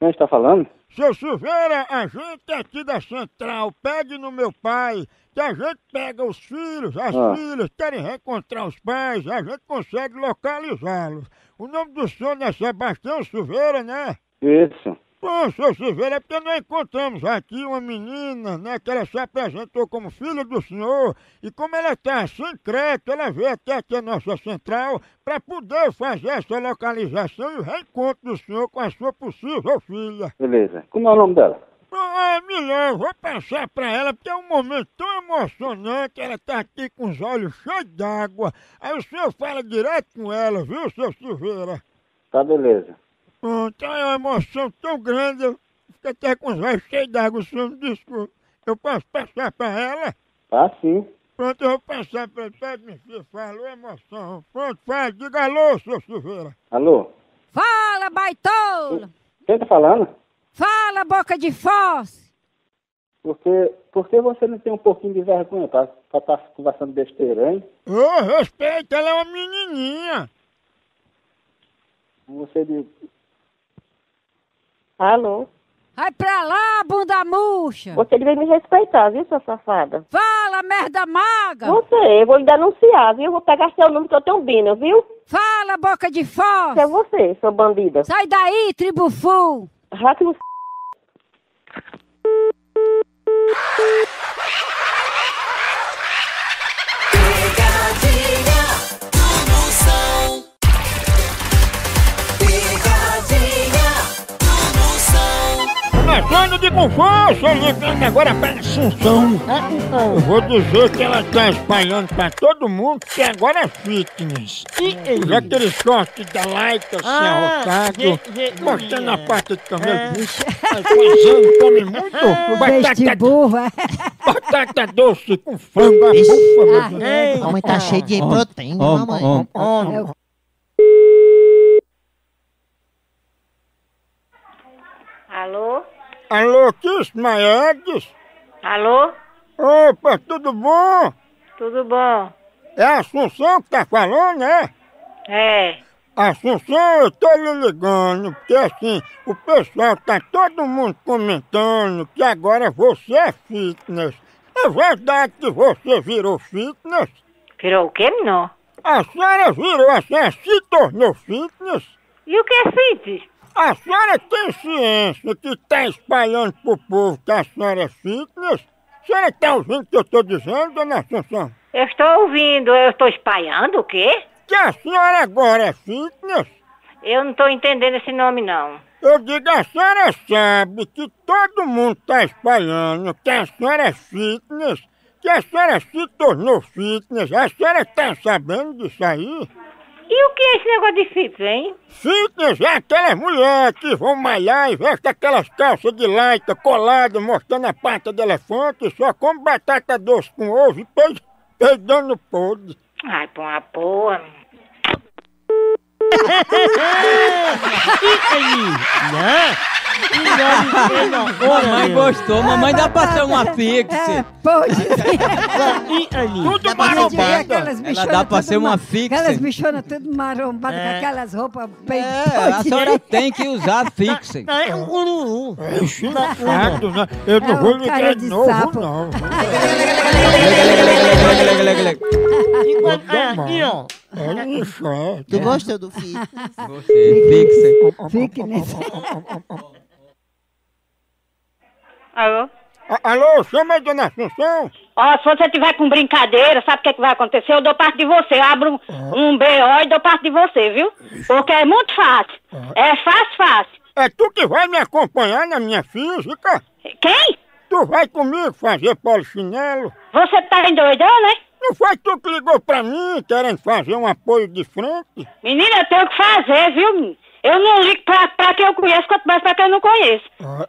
Speaker 3: Quem está falando?
Speaker 1: Seu Silveira, a gente aqui da Central pede no meu pai que a gente pega os filhos, as
Speaker 3: Ah.
Speaker 1: filhas, querem reencontrar os pais, a gente consegue localizá-los. O nome do senhor é Sebastião Silveira, né?
Speaker 3: Isso.
Speaker 1: Bom, seu Silveira, é porque nós encontramos aqui uma menina, né, que ela se apresentou como filha do senhor, e como ela está sem crédito, ela veio até aqui a nossa central para poder fazer essa localização e o reencontro do senhor com a sua possível filha.
Speaker 3: Beleza. Como é o nome dela?
Speaker 1: Ah, Milão, vou passar pra ela, porque é um momento tão emocionante, ela tá aqui com os olhos cheios d'água. Aí o senhor fala direto com ela, viu, seu Silveira?
Speaker 3: Tá, beleza.
Speaker 1: Pronto, é uma emoção tão grande, eu fico até com os olhos cheios d'água, o senhor me desculpa. Eu posso passar pra ela?
Speaker 3: Tá sim.
Speaker 1: Pronto, eu vou passar pra ela, pede me filho, falou é emoção. Pronto, fala, diga alô, seu Silveira.
Speaker 3: Alô?
Speaker 32: Fala, baitola.
Speaker 3: Quem está falando?
Speaker 32: Fala, boca de fossa.
Speaker 3: Porque, porque você não tem um pouquinho de vergonha pra estar conversando besteira, hein?
Speaker 1: Ô, respeita, ela é uma menininha.
Speaker 5: Você diz.
Speaker 12: Alô? Vai pra lá, bunda murcha!
Speaker 5: Você devia me respeitar, viu, sua safada?
Speaker 12: Fala, merda maga!
Speaker 5: Você, eu vou lhe denunciar, viu? Vou pegar seu número que eu tenho bina, viu?
Speaker 12: Fala, boca de fó!
Speaker 5: Isso é você, sua bandida.
Speaker 12: Sai daí, tribo full!
Speaker 5: Rato no c...
Speaker 6: Picadinha do Moção. Picadinha do Moção.
Speaker 1: Começando de com força, ligando agora pra Assunção. Eu vou dizer que ela tá espalhando pra todo mundo que agora é fitness. E aquele short da Laika, assim,
Speaker 4: Ah,
Speaker 1: arrotado,
Speaker 4: ge- ge-
Speaker 1: mostrando a parte de
Speaker 4: É.
Speaker 1: cabelo. Mas fazendo, come muito.
Speaker 12: Ah,
Speaker 1: Batata,
Speaker 12: burra. é.
Speaker 1: batata doce com frango, a bufa, meu Deus.
Speaker 14: A mãe Ah, tá cheia de proteína,
Speaker 1: Ó,
Speaker 14: mamãe.
Speaker 1: ó,
Speaker 3: Ah, É
Speaker 29: Alô?
Speaker 1: Alô, Kisma Edson?
Speaker 29: Alô?
Speaker 1: Opa, tudo bom?
Speaker 29: Tudo bom?
Speaker 1: É a Assunção que tá falando, né?
Speaker 29: É.
Speaker 1: Assunção, Assim, eu tô lhe ligando, porque assim, o pessoal tá todo mundo comentando que agora você é fitness. É verdade que você virou fitness?
Speaker 29: Virou o quê, menor?
Speaker 1: A senhora virou, assim, a senhora se tornou fitness?
Speaker 29: E o que é fitness?
Speaker 1: A senhora tem ciência que tá espalhando pro povo que a senhora é fitness? A senhora tá ouvindo o que eu tô dizendo, dona Assunção?
Speaker 29: Eu estou ouvindo, eu estou espalhando o quê?
Speaker 1: Que a senhora agora é fitness?
Speaker 29: Eu não estou entendendo esse nome, não.
Speaker 1: Eu digo, a senhora sabe que todo mundo está espalhando que a senhora é fitness, que a senhora se tornou fitness. A senhora está sabendo disso aí?
Speaker 29: E o que é esse negócio de fitness, hein?
Speaker 1: Fitness é aquelas mulheres que vão malhar e vestem aquelas calças de laita colada, mostrando a pata de elefante, só come batata doce com ovo e pe- peidando podre.
Speaker 29: Ai, pô, uma porra.
Speaker 3: Mamãe gostou, mamãe dá pra ser um uma fixe.
Speaker 12: É,
Speaker 1: Tudo
Speaker 12: Aquelas
Speaker 3: Ela dá pra ser uma fixe.
Speaker 12: Aquelas bichonas tudo marombadas,
Speaker 3: É.
Speaker 12: com aquelas roupas bem
Speaker 3: É, a senhora tem que usar fixe.
Speaker 4: É um ururu.
Speaker 3: É, Tá,
Speaker 1: Chato, né? Eu não
Speaker 12: É
Speaker 1: vou
Speaker 12: um
Speaker 1: ligar
Speaker 12: cara
Speaker 1: de
Speaker 12: de
Speaker 1: novo,
Speaker 12: sapo.
Speaker 1: não.
Speaker 4: Aqui, ó.
Speaker 1: É isso, é.
Speaker 14: Tu gostou do filho?
Speaker 3: Fixe.
Speaker 12: Fique nesse.
Speaker 29: Alô?
Speaker 1: A- Alô, chama a dona Assunção?
Speaker 29: Ó, se você tiver com brincadeira, sabe o que, é que vai acontecer? Eu dou parte de você. Eu abro um,
Speaker 1: É.
Speaker 29: um BO e dou parte de você, viu? Porque é muito fácil. É fácil, fácil.
Speaker 1: É tu que vai me acompanhar na minha física?
Speaker 29: Quem?
Speaker 1: Tu vai comigo fazer polichinelo?
Speaker 29: Você tá endoidando, né?
Speaker 1: Não foi tu que ligou pra mim querendo fazer um apoio de frente?
Speaker 29: Menina, eu tenho o que fazer, viu? menino? Eu não ligo pra, pra quem eu conheço, quanto mais pra quem eu não conheço.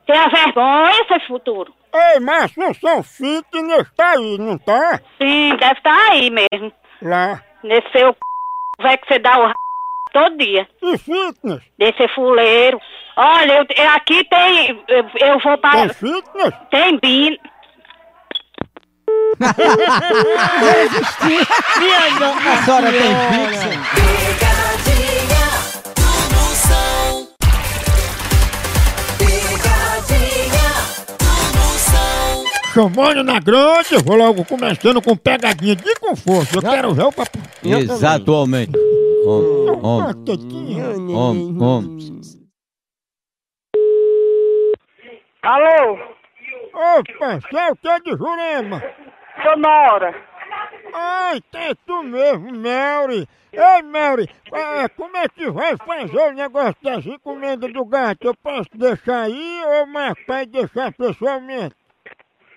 Speaker 29: Tenha vergonha, seu futuro.
Speaker 1: Ah. Ei, mas Assunção Fitness tá aí, não tá?
Speaker 29: Sim, deve estar aí mesmo.
Speaker 1: Lá.
Speaker 29: Nesse seu c... vai que você dá o r... todo dia.
Speaker 1: E fitness?
Speaker 29: Desse fuleiro. Olha, eu- eu- aqui tem. Eu, eu vou para.
Speaker 1: Tem fitness?
Speaker 29: Tem bin.
Speaker 3: A senhora tem fixe.
Speaker 6: Picadinha do Moção. Picadinha do Moção.
Speaker 1: Chamando na grande, vou logo começando com pegadinha de conforto. Eu quero ver o papo.
Speaker 3: Exatamente. Om, om,
Speaker 1: Patetinha.
Speaker 3: om, om.
Speaker 1: Alô? Opa, céu, que é de Jurema? Sonora. Ai, tá tu mesmo, Melry. Ei, Melry, é, como é que vai fazer o negócio das encomendas do gato? Eu posso deixar aí ou mais para deixar pessoalmente?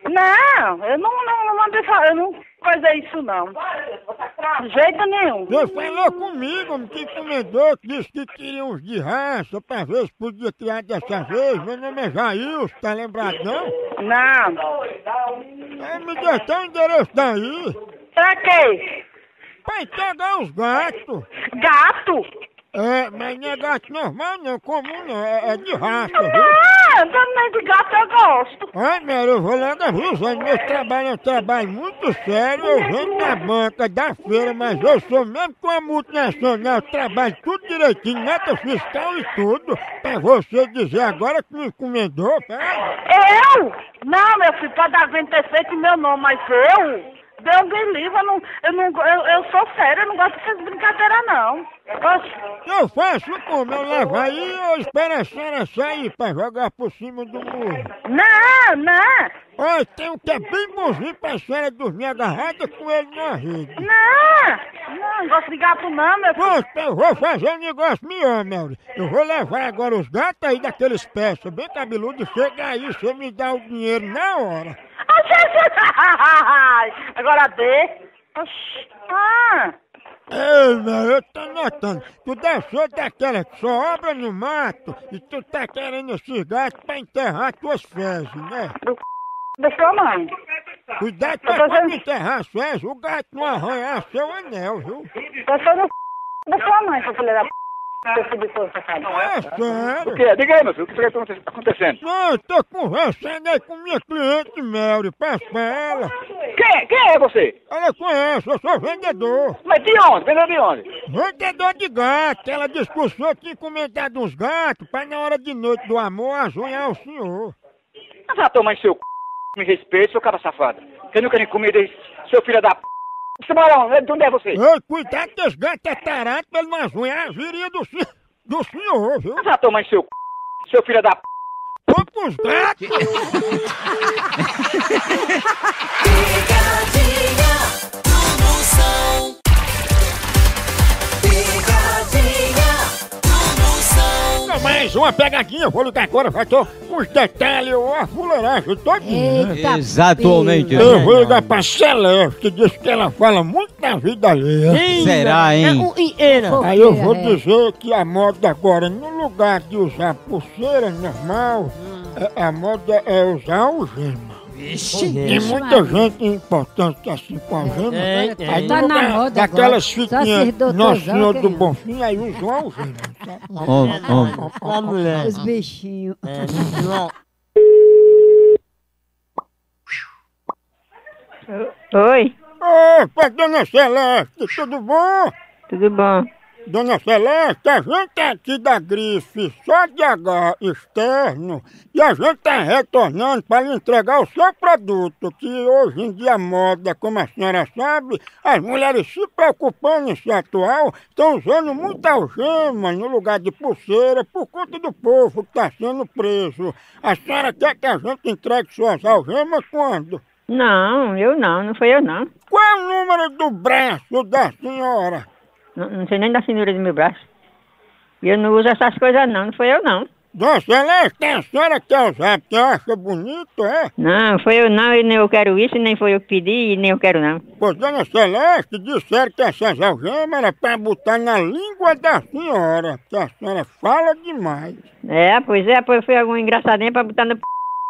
Speaker 18: Não, eu não, não, não mandei falar, eu não fazer isso não. De jeito nenhum.
Speaker 1: Você falou comigo, me que encomendou, que disse que queria uns de raça, pra ver se podia criar dessa vez. Meu nome é Jair, tá lembrado não?
Speaker 18: Não.
Speaker 1: É, me dê até o endereço daí.
Speaker 18: Pra quê?
Speaker 1: Pra entregar os gatos.
Speaker 18: Gato?
Speaker 1: É, mas não é gato normal não, comum não, é, é de raça, viu?
Speaker 18: Ah, também de gato eu gosto.
Speaker 1: Ah, Mary, eu vou lá na Rosane, meu trabalho é um trabalho muito sério, eu venho da banca, da feira, mas eu sou mesmo com a multinacional, trabalho tudo direitinho, nota fiscal e tudo, pra você dizer agora que me encomendou, tá?
Speaker 18: Eu? Não, meu filho, pode haver ter feito meu nome, mas eu? Deus me livre, eu não, eu, não, go- eu, eu sou séria, eu não gosto dessas brincadeiras, não. Oxe,
Speaker 1: Eu faço como? Eu levo aí ou espero a senhora sair pra jogar por cima do muro?
Speaker 18: Não, não.
Speaker 1: Olha, tem um que é bem bonzinho pra senhora dormir agarrada com ele na rede.
Speaker 18: Não, não, não gosto de gato não, meu filho.
Speaker 1: Pronto, eu vou fazer um negócio melhor, Melri. Eu vou levar agora os gatos aí daqueles peças bem cabeludo, chega aí, você me dá o dinheiro na hora.
Speaker 18: Oxe, oxe, Agora dê. Oxe, ah.
Speaker 1: Ei, meu, eu tô notando. Tu deixou daquela que só obra no mato e tu tá querendo esses gatos pra enterrar tuas fezes, né?
Speaker 18: Deixou, mãe?
Speaker 1: Cuidado pra quando enterrar as fezes, é? o gato não arranhar seu anel, viu?
Speaker 18: Deixou no c... da sua mãe, seu filho da p... Seu filho de porra, safado.
Speaker 1: É sério.
Speaker 7: O que é? Diga aí, meu filho, o que será que está acontecendo?
Speaker 1: Não, eu tô conversando aí com minha cliente, Melri, passa pra ela.
Speaker 7: Quem, quem é você?
Speaker 1: Ela conhece, eu sou vendedor.
Speaker 7: Mas de onde? Vendeu de onde?
Speaker 1: Vendedor de gato, ela disse que o senhor tinha encomendado uns gatos pra na hora de noite do amor azunhar o senhor.
Speaker 7: Mas vai tomar em seu c... Me respeite, seu cabra safado. Quem nunca nem comida, seu filho da p... Seu marão, de onde é você?
Speaker 1: Ei, cuidado que esse gato é tarado pra ele não azunhar é a viria do, sen- do senhor, viu?
Speaker 7: Mas vai tomar em seu c... Seu filho da p...
Speaker 1: Pouco os gatos!
Speaker 6: Picadinha do Moção. Picadinha do Moção.
Speaker 1: Não, Mais uma pegadinha, eu vou ligar agora, vai ter os detalhes, a fuleiragem todinha.
Speaker 12: Eita,
Speaker 3: Exatamente.
Speaker 1: Eu vou ligar pra Celeste, que diz que ela fala muito na vida alheia.
Speaker 3: Será,
Speaker 4: É
Speaker 3: hein?
Speaker 4: o Ieira.
Speaker 1: Aí eu vou
Speaker 12: é.
Speaker 1: dizer que a moda agora, no lugar de usar pulseira normal, é- a moda é usar algema. Tem muita gente importante assim com algema.
Speaker 4: É, é.
Speaker 1: Aí no
Speaker 12: Tá na
Speaker 1: lugar
Speaker 12: moda
Speaker 1: daquelas
Speaker 12: agora.
Speaker 1: fitinhas
Speaker 12: Sacerdotozão,
Speaker 1: Nosso Senhor do
Speaker 12: querido.
Speaker 1: Bonfim, aí usam algema.
Speaker 3: Homem, homem.
Speaker 4: Ó, mulher.
Speaker 12: Os bichinhos.
Speaker 4: É, não.
Speaker 33: Oi,
Speaker 1: Opa, Dona Celeste, tudo bom?
Speaker 33: tudo bom?
Speaker 1: Dona Celeste, a gente é aqui da grife, só de H externo, e a gente está retornando para lhe entregar o seu produto, que hoje em dia a moda, como a senhora sabe, as mulheres se preocupando em se atual, estão usando muita algema no lugar de pulseira por conta do povo que está sendo preso. A senhora quer que a gente entregue suas algemas quando?
Speaker 33: Não, eu não, não foi eu não.
Speaker 1: Qual é o número do braço da senhora?
Speaker 33: Não, não sei nem da cintura do meu braço. E Eu não uso essas coisas não, não foi eu não.
Speaker 1: Dona Celeste, a senhora quer usar porque acha bonito, é?
Speaker 33: Não, foi eu não, e nem eu quero isso, e nem foi eu que pedi, e nem eu quero não.
Speaker 1: Pois Dona Celeste disseram que essas algemas era pra botar na língua da senhora, porque a senhora fala demais.
Speaker 33: É, pois é, pois foi algum engraçadinho pra botar no p...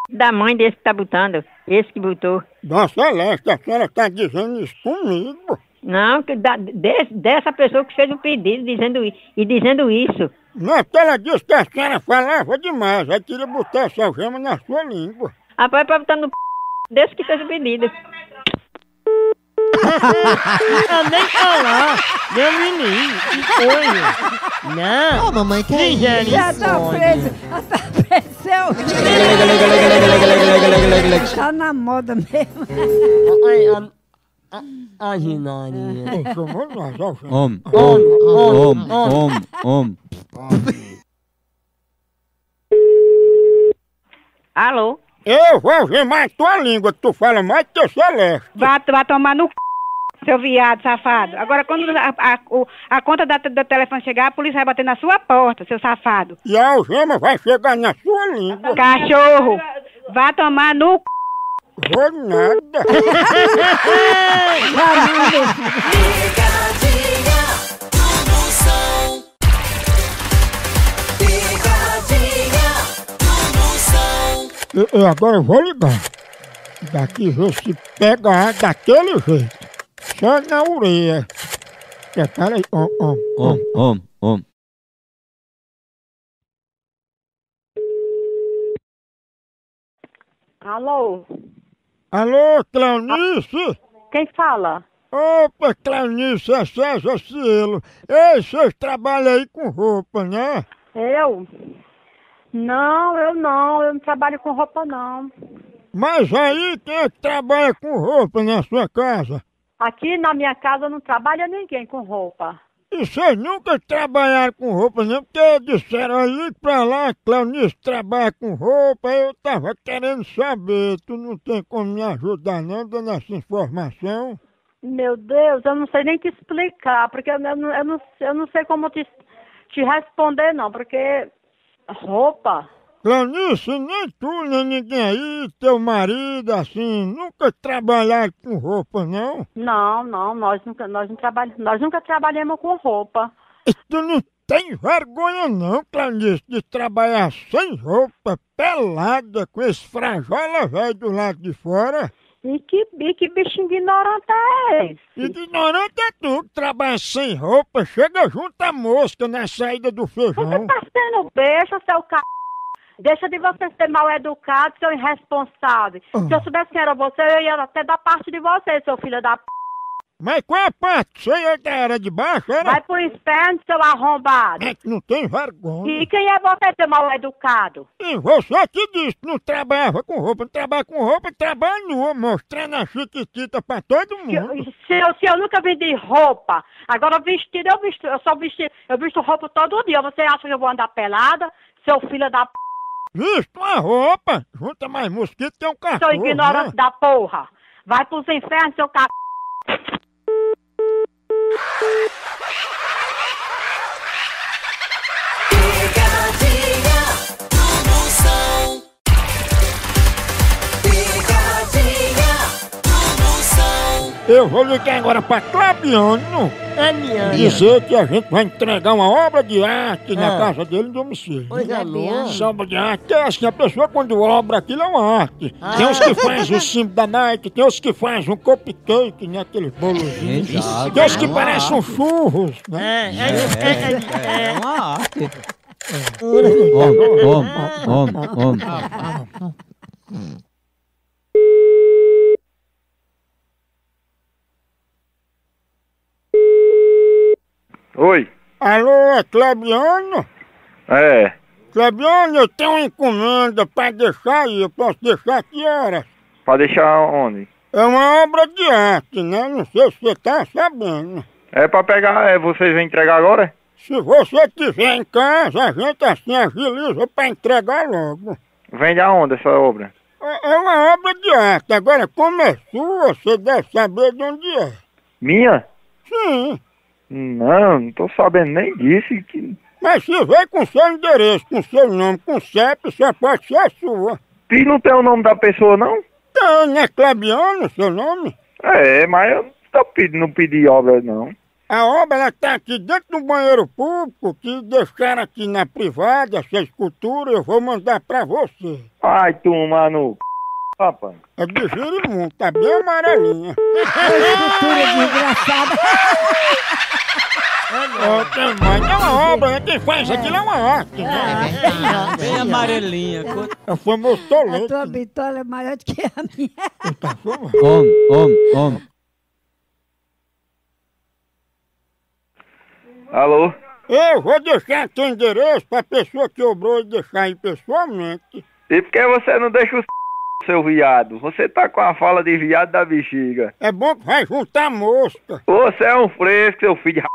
Speaker 33: da mãe desse que tá botando. Esse que botou.
Speaker 1: Dona Celeste, a senhora tá dizendo isso comigo.
Speaker 33: Não, que da, desse- dessa pessoa que fez o pedido dizendo, i- e dizendo isso.
Speaker 1: Não, porque ela disse que a senhora falava demais, aí queria botar essa algema na sua língua.
Speaker 33: Rapaz, pra botar no p... desse que fez o pedido.
Speaker 4: Não, nem falar. Meu menino, que foi? Não.
Speaker 14: Ô, mamãe, que
Speaker 4: Sim,
Speaker 14: é isso?
Speaker 12: Já tá preso. Já tá preso. é o- Tá na moda mesmo.
Speaker 4: Ai, am- a- Aginaria.
Speaker 1: Pô, chamou nós, algema.
Speaker 3: Homem,
Speaker 4: Homem,
Speaker 3: homem, homem,
Speaker 4: homem, homem.
Speaker 3: homem, homem.
Speaker 33: Alô?
Speaker 1: Eu vou algemar a tua língua, que tu fala mais que a Celeste.
Speaker 33: Vai, vai tomar no c... seu viado safado. Agora, quando a, a- o- a conta da, do telefone chegar, a polícia vai bater na sua porta, seu safado.
Speaker 1: E a algema vai chegar na sua língua.
Speaker 33: Cachorro, vai tomar no c...
Speaker 1: Vou nada.
Speaker 6: Picadinha do Moção. Picadinha do Moção.
Speaker 1: Eu, eu agora vou ligar. Daqui você se pega daquele jeito. Só na orelha. Prepara aí. Ó, ó, ó.
Speaker 3: Homem, homem, homem.
Speaker 12: Alô?
Speaker 1: Alô, Cleonice?
Speaker 12: Quem fala?
Speaker 1: Opa, Cleonice, é César Cielo. Ei, vocês trabalham aí com roupa, né?
Speaker 12: Eu? Não, eu não. Eu não trabalho com roupa, não.
Speaker 1: Mas aí quem é que trabalha com roupa na sua casa?
Speaker 12: Aqui na minha casa não trabalha ninguém com roupa.
Speaker 1: E vocês nunca trabalharam com roupa, não? Porque disseram ali pra lá, Cleonice trabalha com roupa, eu tava querendo saber. Tu não tem como me ajudar não, dando essa informação?
Speaker 12: Meu Deus, eu não sei nem te explicar, porque eu, não- eu, não- eu, não, eu não sei como te, te responder, não, porque roupa.
Speaker 1: Cleonice, nem tu, nem ninguém aí, teu marido, assim, nunca trabalharam com roupa, não?
Speaker 12: Não, não, nós nunca, nós não trabalhamos, nós nunca trabalhamos com roupa.
Speaker 1: E tu não tem vergonha não, Clarice, de trabalhar sem roupa, pelada, com esse frajola velho do lado de fora?
Speaker 12: E que, e que bichinho ignorante é esse?
Speaker 1: Ignorante é tu que trabalha sem roupa, chega junto à mosca na saída do feijão.
Speaker 12: Tá sendo beijo, seu c... Deixa de você ser mal educado, seu irresponsável.
Speaker 1: Ah.
Speaker 12: Se eu soubesse quem era você, eu ia até da parte de você, seu filho da p...
Speaker 1: Mas qual é a parte? Você é da era de baixo, era?
Speaker 12: Vai pro inferno, seu arrombado.
Speaker 1: É que não tem vergonha.
Speaker 12: E quem é você, seu mal educado?
Speaker 1: E você é que disse que não trabalhava com roupa, não trabalha com roupa, trabalha nua, mostrando a chiquitita pra É, todo mundo.
Speaker 12: Se eu, se eu nunca vendi roupa, agora vestido eu visto, eu só vesti, eu visto roupa todo dia. Você acha que eu vou andar pelada, seu filho da p...
Speaker 1: Visto uma roupa, junta mais mosquito, tem um cachorro.
Speaker 12: seu ignorante
Speaker 1: né?
Speaker 12: da porra? Vai pros infernos, seu c...
Speaker 6: Picadinha do Moção. Picadinha do Moção.
Speaker 1: Eu vou ligar agora pra Clabiano.
Speaker 4: É minha.
Speaker 1: Dizer que a gente vai entregar uma obra de arte na
Speaker 4: Ah.
Speaker 1: casa dele em domicílio.
Speaker 34: é,
Speaker 4: Coisa louca.
Speaker 1: Essa obra de arte é assim, a pessoa quando obra aquilo é uma arte.
Speaker 34: Ah.
Speaker 1: Tem uns que fazem o símbolo da Nike, tem uns que fazem um cupcake, né? Aquele bolozinho.
Speaker 34: Exato.
Speaker 1: Tem uns que
Speaker 34: É uma
Speaker 1: parecem um
Speaker 34: arte.
Speaker 1: churros, né?
Speaker 34: É, é uma arte.
Speaker 1: Oi. Alô, é Clabiano? É. Clabiano, eu tenho uma encomenda pra deixar aí, eu posso deixar que horas?
Speaker 3: Pra deixar onde?
Speaker 1: É uma obra de arte, né? Não sei se você tá sabendo.
Speaker 3: É pra pegar, é, vocês vêm entregar agora?
Speaker 1: Se você tiver em casa, a gente assim agiliza pra entregar logo.
Speaker 3: Vem de aonde essa obra?
Speaker 1: É é uma obra de arte. Agora, como é sua, você deve saber de onde é.
Speaker 3: Minha?
Speaker 1: Sim.
Speaker 3: Não, não tô sabendo nem disso. Que...
Speaker 1: Mas se vem com seu endereço, com seu nome, com CEP, só pode ser a sua.
Speaker 3: E não tem o nome da pessoa, não?
Speaker 1: Tem, né? Clabiano, seu nome?
Speaker 3: É, mas eu não, tô pedindo, não pedi obra, não.
Speaker 1: A obra ela tá aqui dentro do banheiro público, que deixaram aqui na privada, essa escultura, eu vou mandar pra você.
Speaker 3: Ai, tu, mano. Papai.
Speaker 1: É de girimum, tá bem amarelinha.
Speaker 35: Cultura desgraçada.
Speaker 1: Ó, tem mais, é uma obra, né? Quem faz isso aqui é uma arte, né?
Speaker 34: Bem amarelinha. co-
Speaker 1: É o famoso
Speaker 35: A
Speaker 1: tolete.
Speaker 35: tua bitola é maior do que a minha.
Speaker 1: Um
Speaker 34: Om, om, om.
Speaker 3: Alô?
Speaker 1: Eu vou deixar teu endereço pra pessoa que obrou e deixar aí pessoalmente.
Speaker 3: E por que você não deixa o seu viado? Você tá com a fala de viado da bexiga.
Speaker 1: É bom que vai juntar mosca.
Speaker 3: Você é um fresco, seu filho de ra-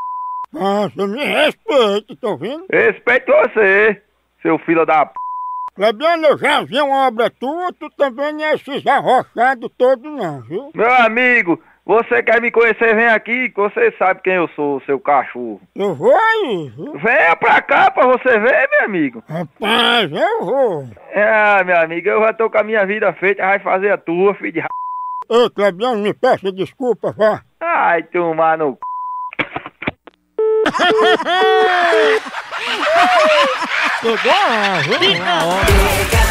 Speaker 1: Nossa, me respeita, tá ouvindo?
Speaker 3: Respeito você, seu filho da p.
Speaker 1: Fabiano, eu já vi uma obra tua, tu também não é esses arrochados todos não, viu?
Speaker 3: Meu amigo, você quer me conhecer? Vem aqui, que você sabe quem eu sou, seu cachorro.
Speaker 1: Eu vou aí, viu?
Speaker 3: Venha pra cá pra você ver, meu amigo.
Speaker 1: Rapaz, eu vou.
Speaker 3: É, meu amigo, eu já tô com a minha vida feita, vai fazer a tua, filho de ra...
Speaker 1: Ei, Clebiano, me peça desculpa, vá.
Speaker 3: Ai, tomar no c...
Speaker 1: Pegou a viu?
Speaker 6: Picadinha